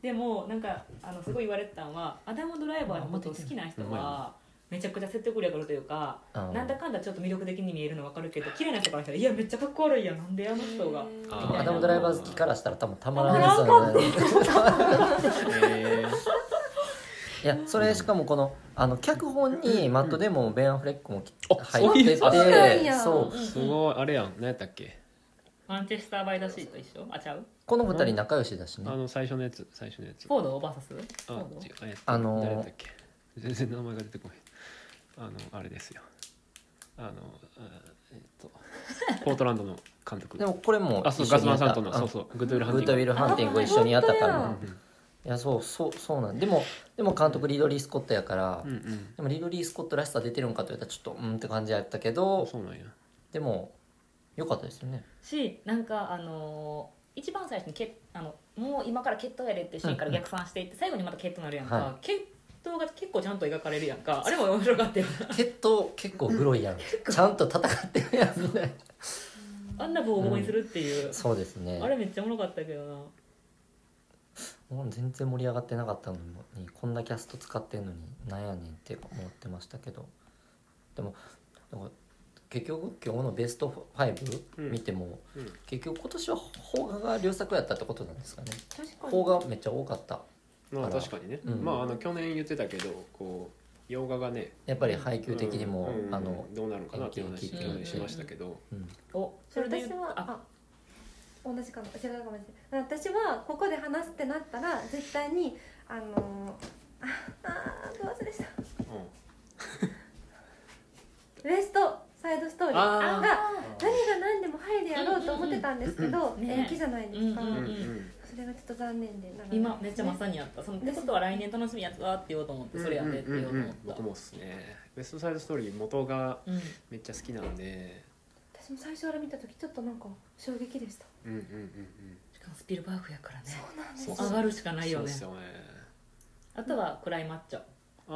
Speaker 4: でもなんかあのすごい言われてたのはアダム・ドライバーのことを好きな人はめちゃくちゃ説得力あるというか
Speaker 3: あの
Speaker 4: なんだかんだちょっと魅力的に見えるの分かるけど綺麗な人からしたらいやめっちゃかっこ悪いやんなんであの人が
Speaker 1: あ
Speaker 3: アダム・ドライバー好きからしたら多分たまらん
Speaker 4: たま
Speaker 3: やつだよね
Speaker 1: へー
Speaker 3: いやそれしかもこのあの脚本にマット・デーモンベン・アフレックもき
Speaker 1: あ
Speaker 3: 入ってて
Speaker 1: そう
Speaker 2: なんや
Speaker 3: そう
Speaker 1: すごいあれやん何やったっけ
Speaker 4: マンチェスター・バイ・ダ・シーと一緒あちゃう
Speaker 3: この二人仲良しだしね
Speaker 1: あの最初のやつ最初のやつ
Speaker 4: フォード VS フォ
Speaker 1: あ
Speaker 4: ード
Speaker 1: 違うえっと
Speaker 3: あのー
Speaker 1: 誰だっけ全然名前が出てこないあのあれですよあのあえっ とポートランドの監督
Speaker 3: でもこれも
Speaker 1: あそう
Speaker 3: 一緒
Speaker 1: ガス
Speaker 3: にや
Speaker 1: マン
Speaker 3: った
Speaker 1: さんとの
Speaker 3: あ
Speaker 1: そうそうグッドウィルハ
Speaker 3: グ
Speaker 1: ン
Speaker 3: ッ
Speaker 1: テ
Speaker 3: ドウ
Speaker 1: ィン
Speaker 3: ィ
Speaker 1: グ
Speaker 3: ルハンティング一緒にやったか
Speaker 2: あ
Speaker 3: ら
Speaker 2: 本
Speaker 1: うん
Speaker 3: いやそうそうそうなんでもでも監督リドリー・スコットやから、
Speaker 1: うんうん
Speaker 3: でもリドリー・スコットらしさ出てるんかと言ったらちょっとうんって感じやったけ
Speaker 1: うん
Speaker 3: ど
Speaker 1: そうなんや
Speaker 3: でも良かったですよね
Speaker 4: しなんかあのー一番最初にけあのもう今から決闘やれってシーンから逆算していって最後にまた決闘なるやんか、
Speaker 3: は
Speaker 4: 決闘が結構ちゃんと描かれるやんかあれも面白かったよ
Speaker 3: 決闘結構グロいやんちゃんと戦ってるやんみたい
Speaker 4: あんなボーボーにするっていう、
Speaker 3: なそうですね
Speaker 4: あれめっちゃおもろかったけどな
Speaker 3: もう全然盛り上がってなかったのにこんなキャスト使ってんのになんやねんって思ってましたけどでもなんか結局今日のベスト
Speaker 1: う
Speaker 3: 5
Speaker 1: ん
Speaker 3: 見ても、
Speaker 1: うん
Speaker 3: 結局今年は邦画が良作やったってことなんですかね
Speaker 2: 確か
Speaker 3: 邦画めっちゃ多かった
Speaker 1: ま
Speaker 3: あ
Speaker 1: あ
Speaker 3: ら
Speaker 1: 確かにね
Speaker 3: うん
Speaker 1: まああの去年言ってたけどこう洋画がね
Speaker 3: やっぱり配給的にも、
Speaker 1: うん
Speaker 3: あの
Speaker 1: どうなるかなっていう話去
Speaker 3: 延期
Speaker 1: 年しましたけど
Speaker 3: うん
Speaker 4: おそれで言
Speaker 2: 私
Speaker 4: う
Speaker 2: は
Speaker 4: あ
Speaker 2: あ同じかも違うかもしれない私はここで話すってなったら絶対にあのー、ああーどう忘れしたウエストサイドストーリーが
Speaker 1: あー
Speaker 2: 何が何でもハイでやろうと思ってたんですけど
Speaker 4: うんうんうんね
Speaker 2: 延期じゃないですか、
Speaker 4: うん
Speaker 1: うん
Speaker 4: うん
Speaker 2: それがちょっと残念でなので
Speaker 4: 今めっちゃまさにやったそのってことは来年楽しみやつわって言おうと思ってそれやってって言おうと思った
Speaker 1: 僕もっすねベストサイドストーリー元が
Speaker 4: うん
Speaker 1: めっちゃ好きなんで
Speaker 2: 私も最初から見た時ちょっとなんか衝撃でした
Speaker 1: うんうんうんうん
Speaker 4: しかもスピルバーグやからね
Speaker 2: そうなんです
Speaker 1: そう
Speaker 2: よ
Speaker 4: 上がるしかないよ
Speaker 1: そうっ
Speaker 4: ね
Speaker 1: すよね
Speaker 4: あとはクライマッチョ
Speaker 1: ああ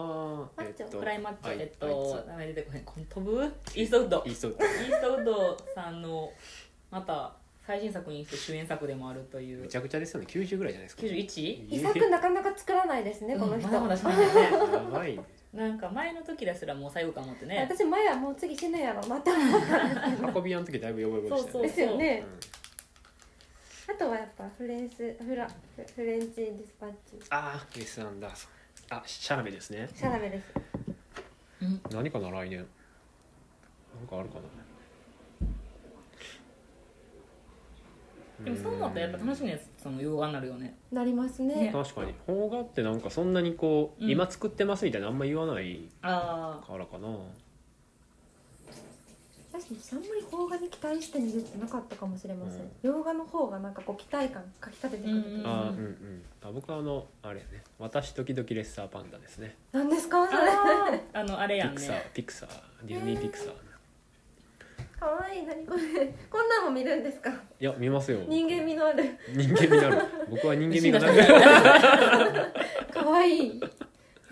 Speaker 2: マッチョ
Speaker 4: クライマッチ
Speaker 1: あい
Speaker 4: ョえっ
Speaker 1: あい
Speaker 4: と
Speaker 1: つ
Speaker 4: 名前出てこへんこの飛ぶイーストウッド
Speaker 1: いいそう
Speaker 4: イーストウッドさんのまた最新作にして主演作でもあるとい
Speaker 1: め
Speaker 4: う
Speaker 1: ちゃくちゃですよね90ぐらいじゃないですか
Speaker 4: 91?
Speaker 2: 遺作なかなか作らないですね、この人、
Speaker 4: まだまだしないね
Speaker 1: やば いね
Speaker 4: なんか前の時ですらもう最後感持ってね
Speaker 2: 私前はもう次死ぬやろまた思ったんです
Speaker 1: 運び屋の時だいぶ呼ばれましたよ
Speaker 2: で
Speaker 1: ね
Speaker 2: すよね
Speaker 1: うん
Speaker 2: あとはやっぱフレンスフラフフレンチディスパッチ
Speaker 1: ああウィス・アンダーソンあシャラメですね
Speaker 2: シャラメです
Speaker 4: うん
Speaker 1: 何かな来年なんかあるかな
Speaker 4: でもそう思ったらやっぱ楽しみなやつその洋画になるよね
Speaker 2: なりますね
Speaker 4: ね
Speaker 1: 確かに邦画ってなんかそんなにこう、
Speaker 4: うん
Speaker 1: 今作ってますみたいなあんま言わない
Speaker 4: ああ
Speaker 1: からかな
Speaker 2: 確かにあんまり邦画に期待して見るってなかったかもしれません、
Speaker 1: うん
Speaker 2: 洋画の方がなんかこう期待感かきたててくるといううん
Speaker 1: あーうんうんあ僕はあのあれやね「私時々レッサーパンダ」ですね
Speaker 2: なんですかそれ
Speaker 4: あーあのあれ
Speaker 1: ピ
Speaker 4: やん
Speaker 1: クサ
Speaker 4: ね
Speaker 1: ーピクサーディズニーピクサー
Speaker 2: かわいい何これこんなんも見るんですか
Speaker 1: いや見ますよ
Speaker 2: 人間味のある
Speaker 1: 人間味のある僕は人間味がな
Speaker 4: 死んだ
Speaker 1: い
Speaker 2: かわいいへ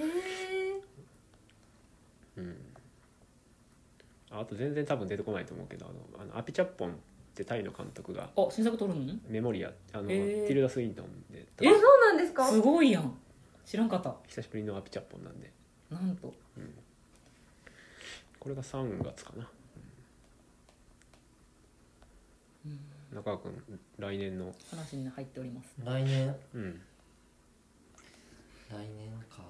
Speaker 2: え
Speaker 1: うんああと全然多分出てこないと思うけどあのあのアピチャッポンってタイの監督が
Speaker 4: あ新作撮るの
Speaker 1: メモリアあの、
Speaker 4: へー
Speaker 1: ティルダ・スウィントンで
Speaker 2: あそうなんですか
Speaker 4: すごいやん知らんかった
Speaker 1: 久しぶりのアピチャッポンなんで
Speaker 4: なんと
Speaker 1: これが3月かな、中川君来年の
Speaker 4: 話に入っております
Speaker 3: 来年
Speaker 1: うん
Speaker 3: 来年か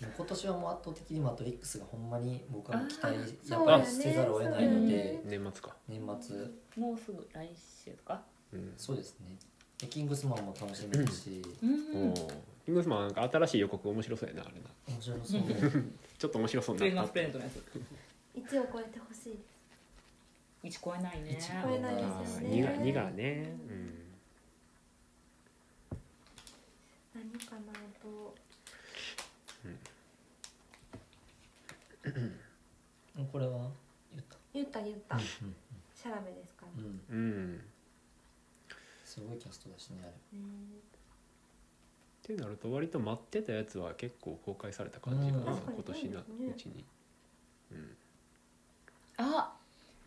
Speaker 3: でも今年はもう圧倒的にマトリックスがほんまに僕は期待やっぱりせざるを得ないの
Speaker 2: そうだ
Speaker 3: で、
Speaker 2: よね
Speaker 1: 年末か
Speaker 3: 年末
Speaker 4: もうすぐ来週とか
Speaker 1: うん
Speaker 3: そうですねでキングスマンも楽しみだし、
Speaker 4: うん
Speaker 1: おーキングスマンなんか新しい予告面白そうやなあれな
Speaker 3: 面白そうね。
Speaker 1: ちょっと面白そう
Speaker 4: クリ
Speaker 1: に
Speaker 4: ス
Speaker 1: な
Speaker 4: マ
Speaker 1: っ
Speaker 4: ス
Speaker 1: た
Speaker 4: プレゼントのやつ
Speaker 2: 1を超えてほしいです
Speaker 4: 1超えないね
Speaker 3: 一
Speaker 2: 超えない
Speaker 1: あ
Speaker 2: です
Speaker 1: ー
Speaker 2: よね
Speaker 1: 二が二がね
Speaker 2: 何かなと
Speaker 3: うんこれは言った。
Speaker 2: 言った言ったシ
Speaker 3: うん
Speaker 2: ャラメですかね
Speaker 3: うんうん
Speaker 1: うんうん
Speaker 3: すごいキャストだしねあれ。
Speaker 2: ね
Speaker 1: ってなると割と待ってたやつは結構公開された感じが、
Speaker 3: うん
Speaker 1: 今
Speaker 2: 確かに
Speaker 1: 年のう
Speaker 2: そうですね
Speaker 1: ちに、うん
Speaker 4: あ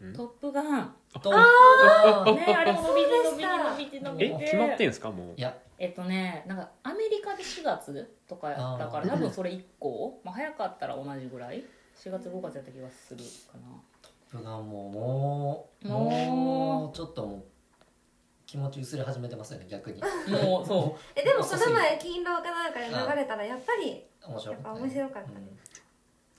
Speaker 1: うん
Speaker 4: トップガン
Speaker 3: トップガン
Speaker 4: ねあれも伸びて
Speaker 2: そう
Speaker 4: 伸
Speaker 2: で
Speaker 4: び
Speaker 2: してた
Speaker 4: 伸びて伸び
Speaker 1: え
Speaker 4: て
Speaker 1: 決まってんすかもう
Speaker 3: いや
Speaker 4: えっとねなんかアメリカで4月とかやったか
Speaker 3: あ
Speaker 4: ら
Speaker 3: ー
Speaker 4: 多分それ1個、まあ、早かったら同じぐらい4月5月やった気がするか な
Speaker 3: トップガンももう
Speaker 4: もう
Speaker 3: もうちょっともう気持ち薄れ始めてますよね逆に。
Speaker 4: もうそ
Speaker 2: えでもこの前勤労かなんかで流れたらやっぱり
Speaker 3: 面白
Speaker 2: やっぱ
Speaker 3: かったね。
Speaker 2: 面白かったね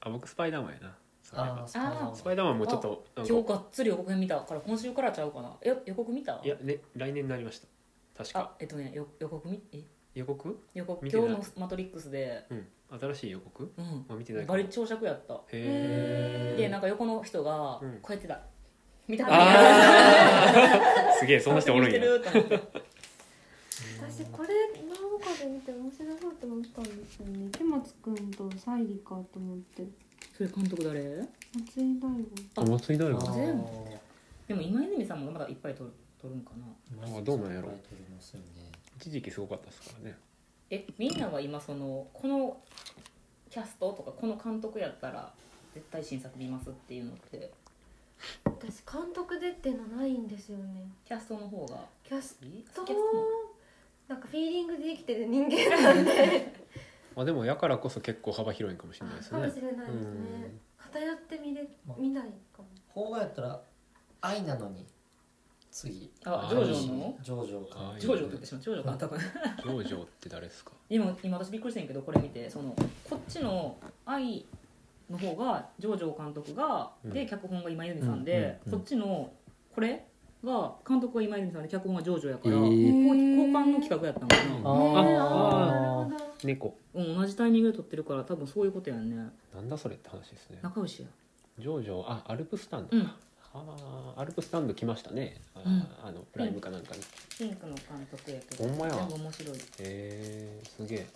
Speaker 1: あ僕スパイダーマンやなそれ
Speaker 3: あ
Speaker 1: は
Speaker 3: あスパイダーマン
Speaker 4: あー
Speaker 1: スパイダーマンもちょっとな
Speaker 4: うん今
Speaker 1: か
Speaker 4: 日がっつり予告編見たから今週からちゃうかなえ予告見た
Speaker 1: いやね来年になりました確
Speaker 4: あ
Speaker 1: か
Speaker 4: えっとねよ予告見え
Speaker 1: 予告
Speaker 4: 予告
Speaker 1: 見て
Speaker 4: 今
Speaker 1: ない
Speaker 4: 日の「マトリックスで」
Speaker 1: うん新しい予告
Speaker 4: うん
Speaker 1: あ見てないかも
Speaker 4: バリ長尺やった
Speaker 1: へ
Speaker 4: でなんか横の人が
Speaker 1: うん
Speaker 4: こうやってた、見た
Speaker 1: あーすげえそんな人おるんや
Speaker 4: 見てると思って
Speaker 2: 私これなんかで見て面白そうと思ったんですよね池松くんと沙莉かと思って
Speaker 4: それ監督誰
Speaker 2: 松井大悟
Speaker 1: お祭りだ
Speaker 3: あ
Speaker 1: よ
Speaker 4: ー
Speaker 3: ー
Speaker 4: でも今泉さんもまだいっぱい撮る撮るんかな
Speaker 1: あどうなんやろ
Speaker 3: いっぱい撮りますよね
Speaker 1: 一時期すごかったですからね
Speaker 4: えみんなは今そのこのキャストとかこの監督やったら絶対新作見ますっていうのって
Speaker 2: 私監督でっていうのないんですよね
Speaker 4: キャストの方が
Speaker 2: キャス
Speaker 4: いいキャス
Speaker 2: ト
Speaker 4: ト
Speaker 2: も
Speaker 4: も
Speaker 2: なんかフィーリングで生きてる人間なんで
Speaker 1: まあでもやからこそ結構幅広いんかもしれないです
Speaker 2: かも
Speaker 1: ね
Speaker 2: しれないですね偏って見れ見ないかも
Speaker 3: 邦画やったら「愛なのに」次
Speaker 4: あ
Speaker 1: あ
Speaker 4: ジョジョの
Speaker 3: ジョージョか
Speaker 1: 愛
Speaker 4: ジョジョって言ってしまうジョジョ監督
Speaker 1: ジョージョって誰ですか
Speaker 4: 今今私びっくりしてんけどこれ見てそのこっちの「愛」の方がジョージョ監督が、
Speaker 1: うん
Speaker 4: で脚本が今泉さん
Speaker 3: う
Speaker 4: で、
Speaker 3: んうんうん
Speaker 4: こっちのこれが監督が今泉さんで脚本がジョージョやから、
Speaker 1: へー
Speaker 4: こう交換の企画やったのか
Speaker 1: うん
Speaker 4: な、
Speaker 1: あ
Speaker 2: ねえ
Speaker 1: あ
Speaker 2: ーなるほど
Speaker 1: 猫
Speaker 4: うん、同じタイミングで撮ってるから多分そういうことやんね
Speaker 1: なんだそれって話ですね
Speaker 4: 仲良しや
Speaker 1: ジョージョあアルプスタンド
Speaker 4: うん
Speaker 1: あーアルプスタンド来ましたねあ,、
Speaker 4: うん
Speaker 1: あのプライムかなんかに、
Speaker 4: ピンクの監督やけど
Speaker 1: ほんまや
Speaker 4: 全部面白い
Speaker 1: へえすげえ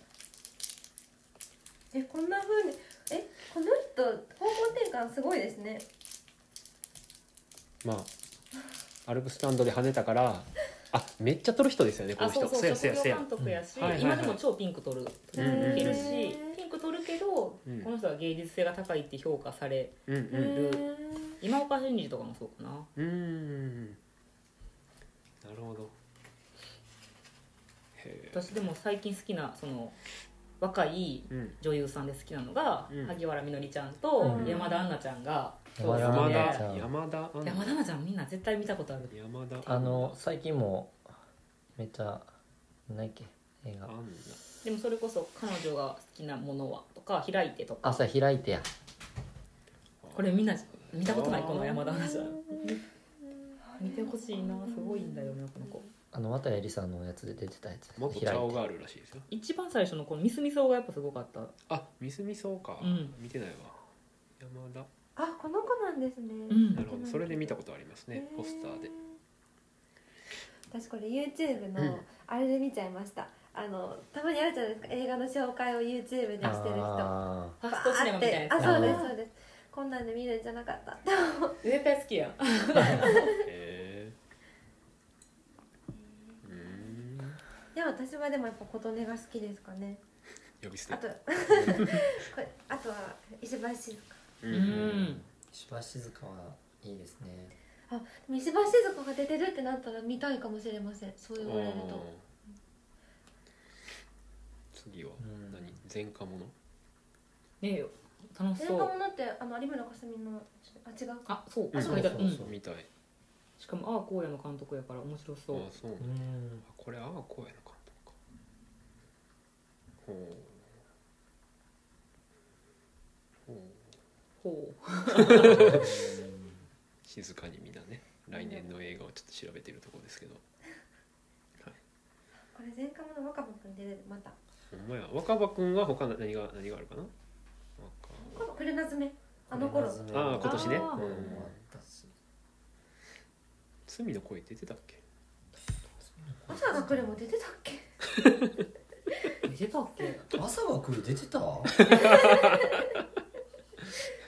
Speaker 2: えこんな風にえこの人方向転換すごいですね
Speaker 1: まあアルプスタンドで跳ねたからあめっちゃ撮る人ですよねこ
Speaker 4: あ
Speaker 1: の人
Speaker 4: そうそう
Speaker 1: や
Speaker 4: 職
Speaker 1: や
Speaker 4: 業
Speaker 1: や
Speaker 4: 監督やし、
Speaker 1: うんはいはいはい
Speaker 4: 今でも超ピンク撮る
Speaker 1: うん
Speaker 4: いける
Speaker 1: へ
Speaker 4: しピンク撮るけど、
Speaker 1: うん
Speaker 4: この人は芸術性が高いって評価され
Speaker 1: うん
Speaker 2: へ
Speaker 1: うん
Speaker 2: ー
Speaker 4: 今岡俊二とかもそうかな
Speaker 1: うーんなるほどへえ
Speaker 4: 私でも最近好きなその若い
Speaker 1: うん
Speaker 4: 女優さんで好きなのが、
Speaker 1: うん
Speaker 4: 萩原みのりちゃんと
Speaker 2: うん
Speaker 4: 山田杏奈ちゃんが、
Speaker 3: 山田
Speaker 1: 山
Speaker 3: 杏
Speaker 1: 田
Speaker 3: 奈ちゃん
Speaker 1: 山田アン
Speaker 4: 山田杏奈ちゃんみんな絶対見たことある
Speaker 1: 山田
Speaker 3: あの最近もめっちゃないっけ映
Speaker 1: ア
Speaker 3: 画
Speaker 1: ン
Speaker 4: でもそれこそ彼女が好きなものはとか開いてとか
Speaker 3: 朝開いてや
Speaker 1: ナ
Speaker 4: これみんな見たことないこの山田
Speaker 1: あ
Speaker 4: 杏奈ちゃん見てほしいなすごいんだよなこの子
Speaker 3: あの渡谷りさんのやつで出てたやつ
Speaker 1: 元チ
Speaker 3: 開
Speaker 1: ャ
Speaker 3: い
Speaker 1: オ
Speaker 3: て
Speaker 1: ガールらしいですよ
Speaker 4: 一番最初のこのミスミソがやっぱすごかった
Speaker 1: あミスミソか、
Speaker 4: うん
Speaker 1: 見てないわ山田
Speaker 2: あこの子なんですね、
Speaker 4: うん
Speaker 1: なるほどそれで見たことありますねポスターで
Speaker 2: へ私これ YouTube
Speaker 1: う
Speaker 2: の
Speaker 1: ん
Speaker 2: あれで見ちゃいました、あのたまにあるじゃないですか映画の紹介を YouTube でしてる人バ
Speaker 3: あ
Speaker 4: ファストシネ
Speaker 2: ー
Speaker 4: マ
Speaker 2: っ
Speaker 4: みたい
Speaker 2: て
Speaker 4: な
Speaker 2: あ
Speaker 4: や
Speaker 2: そうで
Speaker 3: う
Speaker 2: す
Speaker 3: ん
Speaker 2: そうですこんなんで見るんじゃなかった
Speaker 4: つ絶対好きやん
Speaker 1: へえうーん
Speaker 2: でも私はでもやっぱ琴音が好きですかね
Speaker 1: 呼び捨
Speaker 2: あ
Speaker 1: て
Speaker 2: と これあとは石橋静香
Speaker 1: う
Speaker 4: うん
Speaker 3: ー石橋静香はいいですね
Speaker 2: あでも石橋静香が出てるってなったら見たいかもしれませんそう言われる
Speaker 1: あー
Speaker 2: と
Speaker 1: 次は
Speaker 3: うん
Speaker 1: 何前科者
Speaker 4: ねえよ楽し
Speaker 2: 前科
Speaker 4: そう
Speaker 2: 者ってあの有村架純のあ違うか
Speaker 4: あそう
Speaker 1: うん
Speaker 4: あそこにいた
Speaker 3: そう
Speaker 4: う
Speaker 3: そうんそう
Speaker 1: みたい
Speaker 4: しかもああ荒野の監督やから面白
Speaker 1: あ
Speaker 4: そう
Speaker 1: ーそうなん
Speaker 3: う
Speaker 1: だ
Speaker 3: ん
Speaker 1: あこれああこうやの監督かほうほう
Speaker 4: ほう
Speaker 1: 静かにみんなね来年の映画をちょっと調べてるところですけど、はい、
Speaker 2: これ前科者若葉くん出れるまた
Speaker 1: ほんまや若葉くんは他の何が何があるかな
Speaker 2: このプレナズメあの頃
Speaker 3: これ
Speaker 1: ああ今年ね、
Speaker 4: あー
Speaker 1: う
Speaker 3: うん
Speaker 1: ん、
Speaker 3: 私
Speaker 1: 罪の声出てたっけ
Speaker 2: 朝が来るも出てたっけ
Speaker 4: 出てたっけ
Speaker 3: 朝は来る出てた
Speaker 4: だ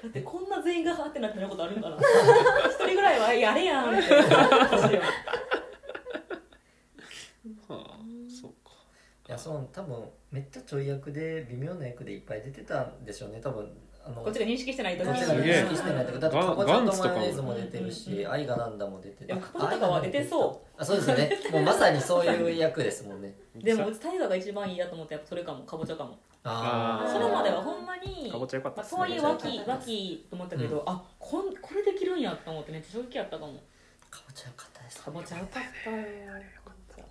Speaker 4: ってこんな全員がはってなってなことあるんだな一人ぐらいはやれやんみたいな私は
Speaker 1: はあそうか
Speaker 3: いやその多分めっちゃちょい役で微妙な役でいっぱい出てたんでしょうね多分あの
Speaker 4: こっちが認識してないと
Speaker 3: こ
Speaker 4: 思
Speaker 3: っ
Speaker 4: う
Speaker 3: ち
Speaker 1: す
Speaker 3: が
Speaker 1: げえ
Speaker 3: 認識してないとかだって
Speaker 1: ガン
Speaker 3: かぼちゃ
Speaker 1: ガン
Speaker 3: と
Speaker 1: ツ
Speaker 3: マ
Speaker 1: とかも
Speaker 3: ヨネーズも出てる
Speaker 4: うんうん
Speaker 3: し
Speaker 4: うん
Speaker 3: 愛がなんだも出て
Speaker 4: で
Speaker 3: て
Speaker 4: もかぼちゃとかは出てそう
Speaker 3: あそうですよねもうまさにそういう役ですもんね
Speaker 4: でも
Speaker 1: さ
Speaker 4: うち大河が一番いいやと思ってやっぱそれかもかぼちゃかも
Speaker 1: あー
Speaker 4: それまではほんまに
Speaker 1: かぼちゃよかった
Speaker 4: まあ、
Speaker 1: っす
Speaker 4: そういう
Speaker 2: わ
Speaker 4: わ
Speaker 2: け
Speaker 4: きわきと思ったけど、あこんこれできるんやと思ってめっちゃ衝撃やったかも
Speaker 3: かぼちゃよかったです
Speaker 4: かぼちゃよかったよかぼちゃ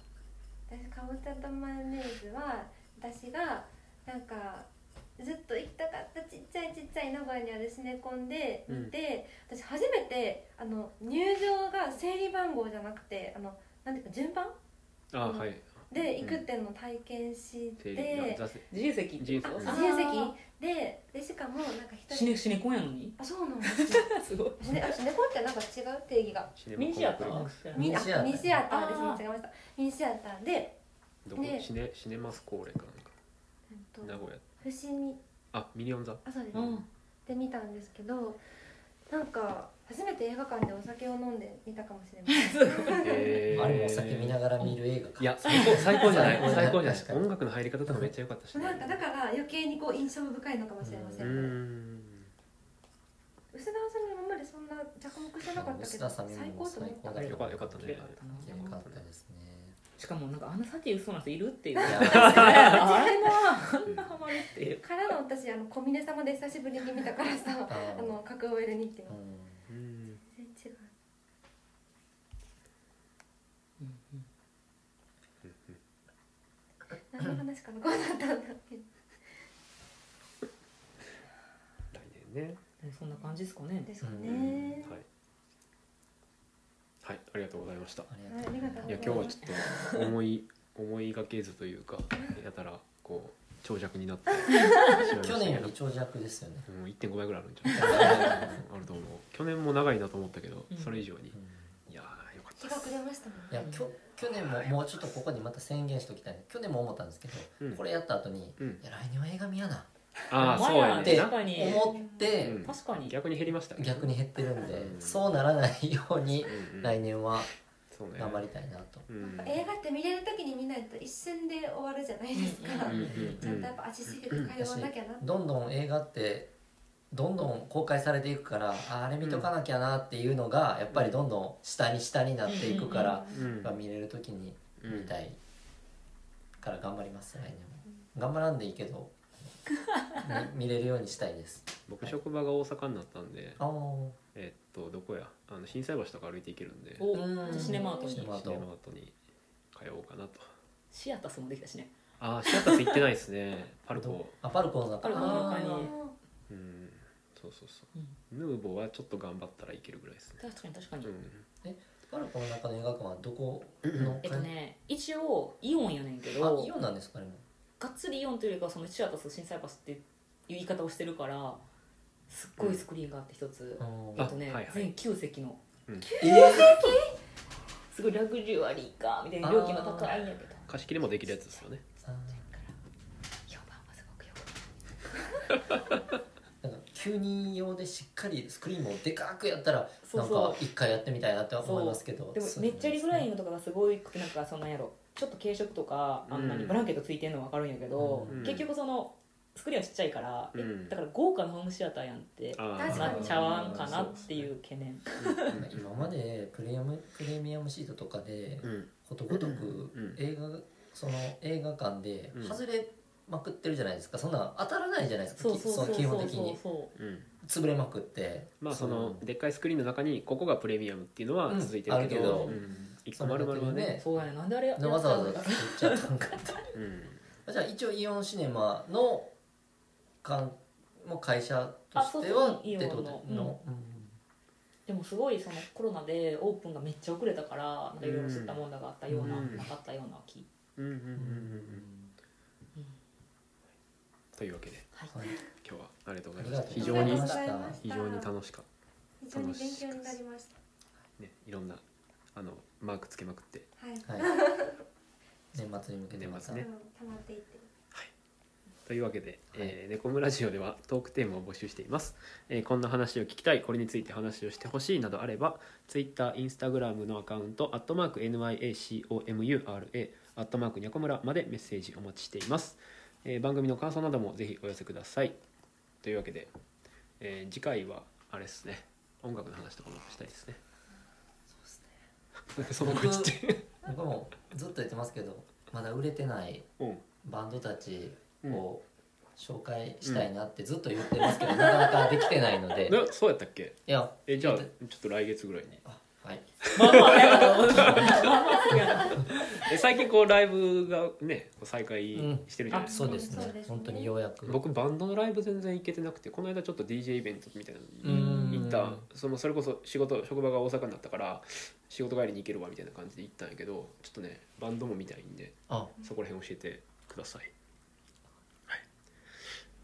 Speaker 2: 私かぼちゃとマヨネーズは私がなんかずっと行きたかったちっちゃいちっちゃい名古屋にあるシネコンで見て、私初めてあの入場が整理番号じゃなくてあのなんていうか順番
Speaker 1: ああはい
Speaker 2: で行くっていうのを体験し
Speaker 1: 整
Speaker 2: て、
Speaker 1: 理
Speaker 2: 自
Speaker 1: 座席
Speaker 4: 自由席ってこ
Speaker 1: 自由
Speaker 4: と
Speaker 1: 席
Speaker 2: 由
Speaker 4: あ
Speaker 2: 席ででしかもなんか
Speaker 4: ー
Speaker 2: 一
Speaker 4: シ
Speaker 2: 人
Speaker 4: ネシネコンやのに
Speaker 2: あそうなんですよ
Speaker 4: すごい
Speaker 2: シネあシネコンってなんか違う定義が
Speaker 1: シネマ
Speaker 4: ミニシアタ
Speaker 1: コンプレッ
Speaker 4: ー
Speaker 1: クス
Speaker 2: ミ
Speaker 3: ミ
Speaker 2: ニ
Speaker 3: ニ
Speaker 2: あ
Speaker 3: シアター
Speaker 2: ミニシア
Speaker 4: あ
Speaker 2: ターです
Speaker 4: ー
Speaker 2: 間違えましたミニシアターで、
Speaker 1: どこ
Speaker 2: ね
Speaker 1: シネシネマスコーレかな
Speaker 2: えっと
Speaker 1: んか名古屋
Speaker 2: 伏見
Speaker 1: あミリオンザ
Speaker 2: あそうです、
Speaker 4: う
Speaker 2: ね
Speaker 4: ん
Speaker 2: で見たんですけどなんか初めて映画館でお酒を飲んで見たかもしれません
Speaker 1: え
Speaker 3: あれもお酒見ながら見る映画か
Speaker 1: いや最高最高じゃない
Speaker 3: 最高
Speaker 1: 最高じゃな
Speaker 3: 確
Speaker 1: い
Speaker 3: かに
Speaker 1: 音楽の入り方とかめっちゃ良かったしね
Speaker 2: なんかだから余計にこう印象深いのかもしれませ
Speaker 1: うんー
Speaker 2: ね
Speaker 1: ん
Speaker 2: 薄田さんも今までそんな着目してなかったけど
Speaker 3: 薄田さん見る
Speaker 2: 最
Speaker 3: の
Speaker 2: 高
Speaker 3: も
Speaker 2: と思っ
Speaker 3: 最高
Speaker 2: た
Speaker 3: だ
Speaker 1: よかよかった
Speaker 4: よ
Speaker 1: ね
Speaker 4: かったな
Speaker 3: よかったですね
Speaker 4: しかもなんかあんなサティ嘘な人いる っていう
Speaker 3: い
Speaker 4: あ
Speaker 3: や
Speaker 4: れなあんなハマるっていう
Speaker 2: からの私あの小峰様で久しぶりに見たからさ
Speaker 3: あー
Speaker 2: あの格上で日記の
Speaker 3: うん
Speaker 1: うん
Speaker 2: 全然違う何の話かなこうだったんだっけ
Speaker 1: 来年ね
Speaker 4: でもそんな感じですかね
Speaker 2: ですか
Speaker 3: う
Speaker 2: ね
Speaker 1: はいはいありがとうございました
Speaker 3: あり
Speaker 2: はい
Speaker 3: がと
Speaker 2: あ
Speaker 3: う
Speaker 2: り
Speaker 3: ご
Speaker 2: が
Speaker 3: ざいま
Speaker 2: とうご
Speaker 3: す
Speaker 1: いや今日はちょっと思い 思いがけずというかやたらこう長尺になってしまいま
Speaker 3: 去
Speaker 1: した
Speaker 3: 年
Speaker 1: け
Speaker 3: よ
Speaker 1: ど
Speaker 3: り長尺ですよね
Speaker 1: うん1.5倍ぐらいあるんじゃないあると思う去年も長いなと思ったけど
Speaker 4: うん
Speaker 1: それ以上に
Speaker 3: うん
Speaker 1: いやーよかったで
Speaker 2: 日が
Speaker 1: す
Speaker 2: 暮れましたもん
Speaker 3: いやきょ去年ももうちょっとここにまた宣言しておきたい去年も思ったんですけど、
Speaker 1: うん
Speaker 3: これやった後に、
Speaker 1: うん
Speaker 3: いや来年は映画見やな
Speaker 1: ああ
Speaker 4: お前
Speaker 1: そう
Speaker 4: ら
Speaker 1: や
Speaker 3: っ
Speaker 1: ね
Speaker 3: て
Speaker 1: な
Speaker 4: 中に
Speaker 3: 思って、
Speaker 1: うん
Speaker 4: 確かに
Speaker 1: 逆に減りましたね
Speaker 3: 逆に減ってるんで、
Speaker 1: うん
Speaker 3: そうならないように
Speaker 1: うんうん
Speaker 3: 来年は
Speaker 1: そうね
Speaker 3: 頑張りたいなと、
Speaker 1: うん
Speaker 2: やっぱ映画って見れる時に見ないと一瞬で終わるじゃないですか、
Speaker 1: うんうん
Speaker 2: ちゃんとやっぱ足しげく通わなきゃなって、
Speaker 3: どんどん映画ってどんどん公開されていくからああれ見とかなきゃなっていうのがやっぱりどんどん下に下になっていくから、
Speaker 1: うんうん
Speaker 3: やっぱ見れる時に
Speaker 1: うん
Speaker 3: 見たいから頑張ります来年も頑張らんでいいけどみ見れるようにしたいです
Speaker 1: 僕職場が大阪になったんで
Speaker 3: あー
Speaker 1: えーっとどこやあの震災橋とか歩いていけるんでシ
Speaker 4: お
Speaker 3: うん
Speaker 4: シネマート
Speaker 3: シネ
Speaker 4: に
Speaker 3: マ
Speaker 1: ネマートに通おうかなと
Speaker 4: シアタスもできたしね
Speaker 1: ああシアタス行ってないですね パルコ
Speaker 3: どあパルコの中
Speaker 4: パルコの中に
Speaker 3: あー
Speaker 1: うんそうそうそう
Speaker 4: うん
Speaker 1: ヌーボーはちょっと頑張ったらいけるぐらいですね
Speaker 4: 確かに確かに
Speaker 1: うん
Speaker 3: パルコの中の映画館はどこの
Speaker 4: えっとね一応イオンやねんけ
Speaker 3: あ
Speaker 4: ど
Speaker 3: イオンなんですかね
Speaker 4: がっつりイオンというよりかはそのシアタス心斎橋っていう言い方をしてるからすっごいスクリーンがあって一つ、
Speaker 3: あ
Speaker 4: え
Speaker 3: ー
Speaker 4: っとね、
Speaker 1: あはいはい
Speaker 4: 全9席の
Speaker 3: えー
Speaker 4: すごいラグジュアリーかみたいな料金が高いんやけど
Speaker 1: 貸し切りもできるやつですよね
Speaker 3: あ
Speaker 4: 評判はすごくよく
Speaker 3: ーなんか急に用でしっかりスクリーンをでかくやったら
Speaker 4: そ
Speaker 3: な
Speaker 4: うんそう
Speaker 3: か一回やってみたいなって思いますけど
Speaker 4: でも
Speaker 3: そう
Speaker 4: め
Speaker 3: な
Speaker 4: っ
Speaker 3: ん
Speaker 4: ちゃリ
Speaker 3: す
Speaker 4: フ
Speaker 3: ね
Speaker 4: ライングとかがすごいくてなんかそんなんやろちょっと軽食とかあんなに
Speaker 1: うん
Speaker 4: ブランケットついてんの分かるんやけど、
Speaker 1: うん
Speaker 4: 結局そのスクリーンはちっちゃいから、え
Speaker 1: うん
Speaker 4: だから豪華なホームシアターやんって
Speaker 1: あー
Speaker 2: 確か
Speaker 4: なっ
Speaker 2: に
Speaker 4: ちゃわんかなっていう懸
Speaker 1: う
Speaker 4: 念
Speaker 1: んうん
Speaker 3: 今までプレミアムプレミアムシートとかで
Speaker 1: うん
Speaker 3: ことごと
Speaker 1: うんうん
Speaker 3: く映画その映画館で
Speaker 1: うん
Speaker 3: 外れまくってるじゃないですかそんなん当たらないじゃないですか
Speaker 4: そう
Speaker 3: き
Speaker 4: そう
Speaker 3: そ
Speaker 4: そう
Speaker 3: の
Speaker 4: そう
Speaker 3: 基本的
Speaker 4: そう
Speaker 3: に
Speaker 4: そ
Speaker 1: うん
Speaker 3: 潰れまくって
Speaker 1: まあそ
Speaker 3: の
Speaker 1: のでっかいスクリーンの中にここがプレミアムっていうのは続いてるけど
Speaker 4: うんあるけど
Speaker 1: うん一個丸々は
Speaker 3: それだけ
Speaker 1: ね
Speaker 4: うそうだねなんであれやっちゃ
Speaker 3: わざわ
Speaker 4: う
Speaker 3: ざ
Speaker 4: んだ
Speaker 3: 作っちゃったんかって
Speaker 1: うん
Speaker 3: じゃあ一応イオンシネマのかんも会社と
Speaker 4: あそう
Speaker 3: して
Speaker 4: そう
Speaker 3: は
Speaker 4: イオンの
Speaker 3: ってことでの、
Speaker 4: でもすごいそのコロナでオープンがめっちゃ遅れたからなんかいろいろ知ったもんだがあったような、
Speaker 1: うん
Speaker 4: なかったような気
Speaker 1: うんうんうんうんう
Speaker 4: うん
Speaker 1: んというわけで
Speaker 3: はい
Speaker 1: 今日はありがとうございました
Speaker 3: あ
Speaker 1: 非
Speaker 3: り
Speaker 1: 常
Speaker 3: がとうござい
Speaker 1: に
Speaker 3: ました
Speaker 1: 非常に楽しかっ
Speaker 2: 非常に勉強になりました
Speaker 1: たねいろんなあのマークつけまくって
Speaker 2: はい、
Speaker 3: はい、年末に向けてまた、
Speaker 1: 年末ね
Speaker 2: うん溜まっていって
Speaker 1: というわけで、えー、ネコムラジオではトークテーマを募集しています、えーこんな話を聞きたいこれについて話をしてほしいなどあれば Twitter、Instagram のアカウント「#NYACOMURA」「アットマークにゃこむら」までメッセージお待ちしています、えー番組の感想などもぜひお寄せくださいというわけで、えー次回はあれですね音楽の話とかもしたいですね その声ちっちゃい
Speaker 3: 僕もずっと言ってますけどまだ売れてない
Speaker 1: うん
Speaker 3: バンドたちを紹介したいなってずっと言ってますけど、なかなかできてないの で
Speaker 1: なそうやったっけ
Speaker 3: いや
Speaker 1: えじゃあちょっと来月ぐらいに
Speaker 3: あはい
Speaker 4: まあまあ早かったまあまあ早かった
Speaker 1: え最近こうライブがねこう再開してるじゃないですか、
Speaker 3: そうですね
Speaker 2: そうですね
Speaker 3: 本当にようやく
Speaker 1: 僕バンドのライブ全然行けてなくてこの間ちょっと DJ イベントみたいなのに行ったそのそれこそ仕事職場が大阪になったから仕事帰りに行けるわみたいな感じで行ったんやけどちょっとねバンドも見たいんで
Speaker 3: あ
Speaker 1: そこら辺教えてくださいはい、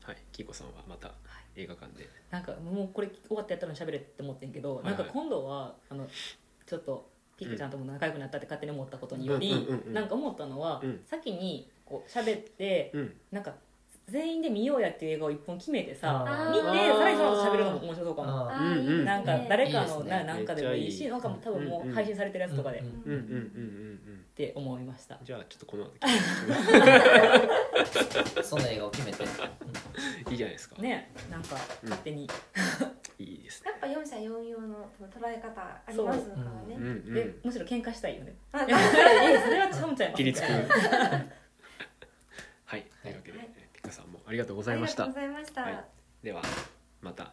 Speaker 1: はい、キイコさんはまた映画館で
Speaker 4: なんかもうこれ終わってやったのに喋れって思ってんけど、
Speaker 1: はいはい
Speaker 4: なんか今度はあのちょっとピークちゃんとも仲良くなったって勝手に思ったことにより、
Speaker 1: うんうんうんうん
Speaker 4: なんか思ったのは、
Speaker 1: うん
Speaker 4: 先にこう喋って、
Speaker 1: うん
Speaker 4: なんか全員で見ようやっていう映画を一本決めてさ
Speaker 3: あー
Speaker 4: 見てさらにその後喋るのも面白そうかも
Speaker 3: あ
Speaker 2: ー
Speaker 1: うんうん
Speaker 2: いいですね
Speaker 4: なんか誰
Speaker 3: いいで
Speaker 4: かの
Speaker 3: すね
Speaker 4: ななんかでもいい
Speaker 1: めっちゃい
Speaker 4: し
Speaker 1: い
Speaker 4: なんかもう多分も
Speaker 1: うんう
Speaker 4: うん配信されてるやつとかでっ
Speaker 3: うん
Speaker 1: うんうんうんうん
Speaker 4: て思いました
Speaker 1: うんじゃあちょっとこの後
Speaker 3: その映画を決めて、
Speaker 1: いいじゃないですか、
Speaker 4: ねなんか勝手に、
Speaker 1: いいですね
Speaker 2: やっぱ四者四様の捉え方ありますから
Speaker 1: う
Speaker 2: ね
Speaker 1: んう。
Speaker 4: で
Speaker 1: ん
Speaker 4: むしろ喧嘩したいよね
Speaker 2: あ
Speaker 4: いやそれはそれはちゃうんちゃいます
Speaker 1: 切りつくはいというわけで、
Speaker 2: はい
Speaker 1: ピッカさんもありがとうご
Speaker 2: あ
Speaker 1: ざい
Speaker 2: り
Speaker 1: ま
Speaker 2: が
Speaker 1: し
Speaker 2: と
Speaker 1: た
Speaker 2: うございました。
Speaker 1: はいではまた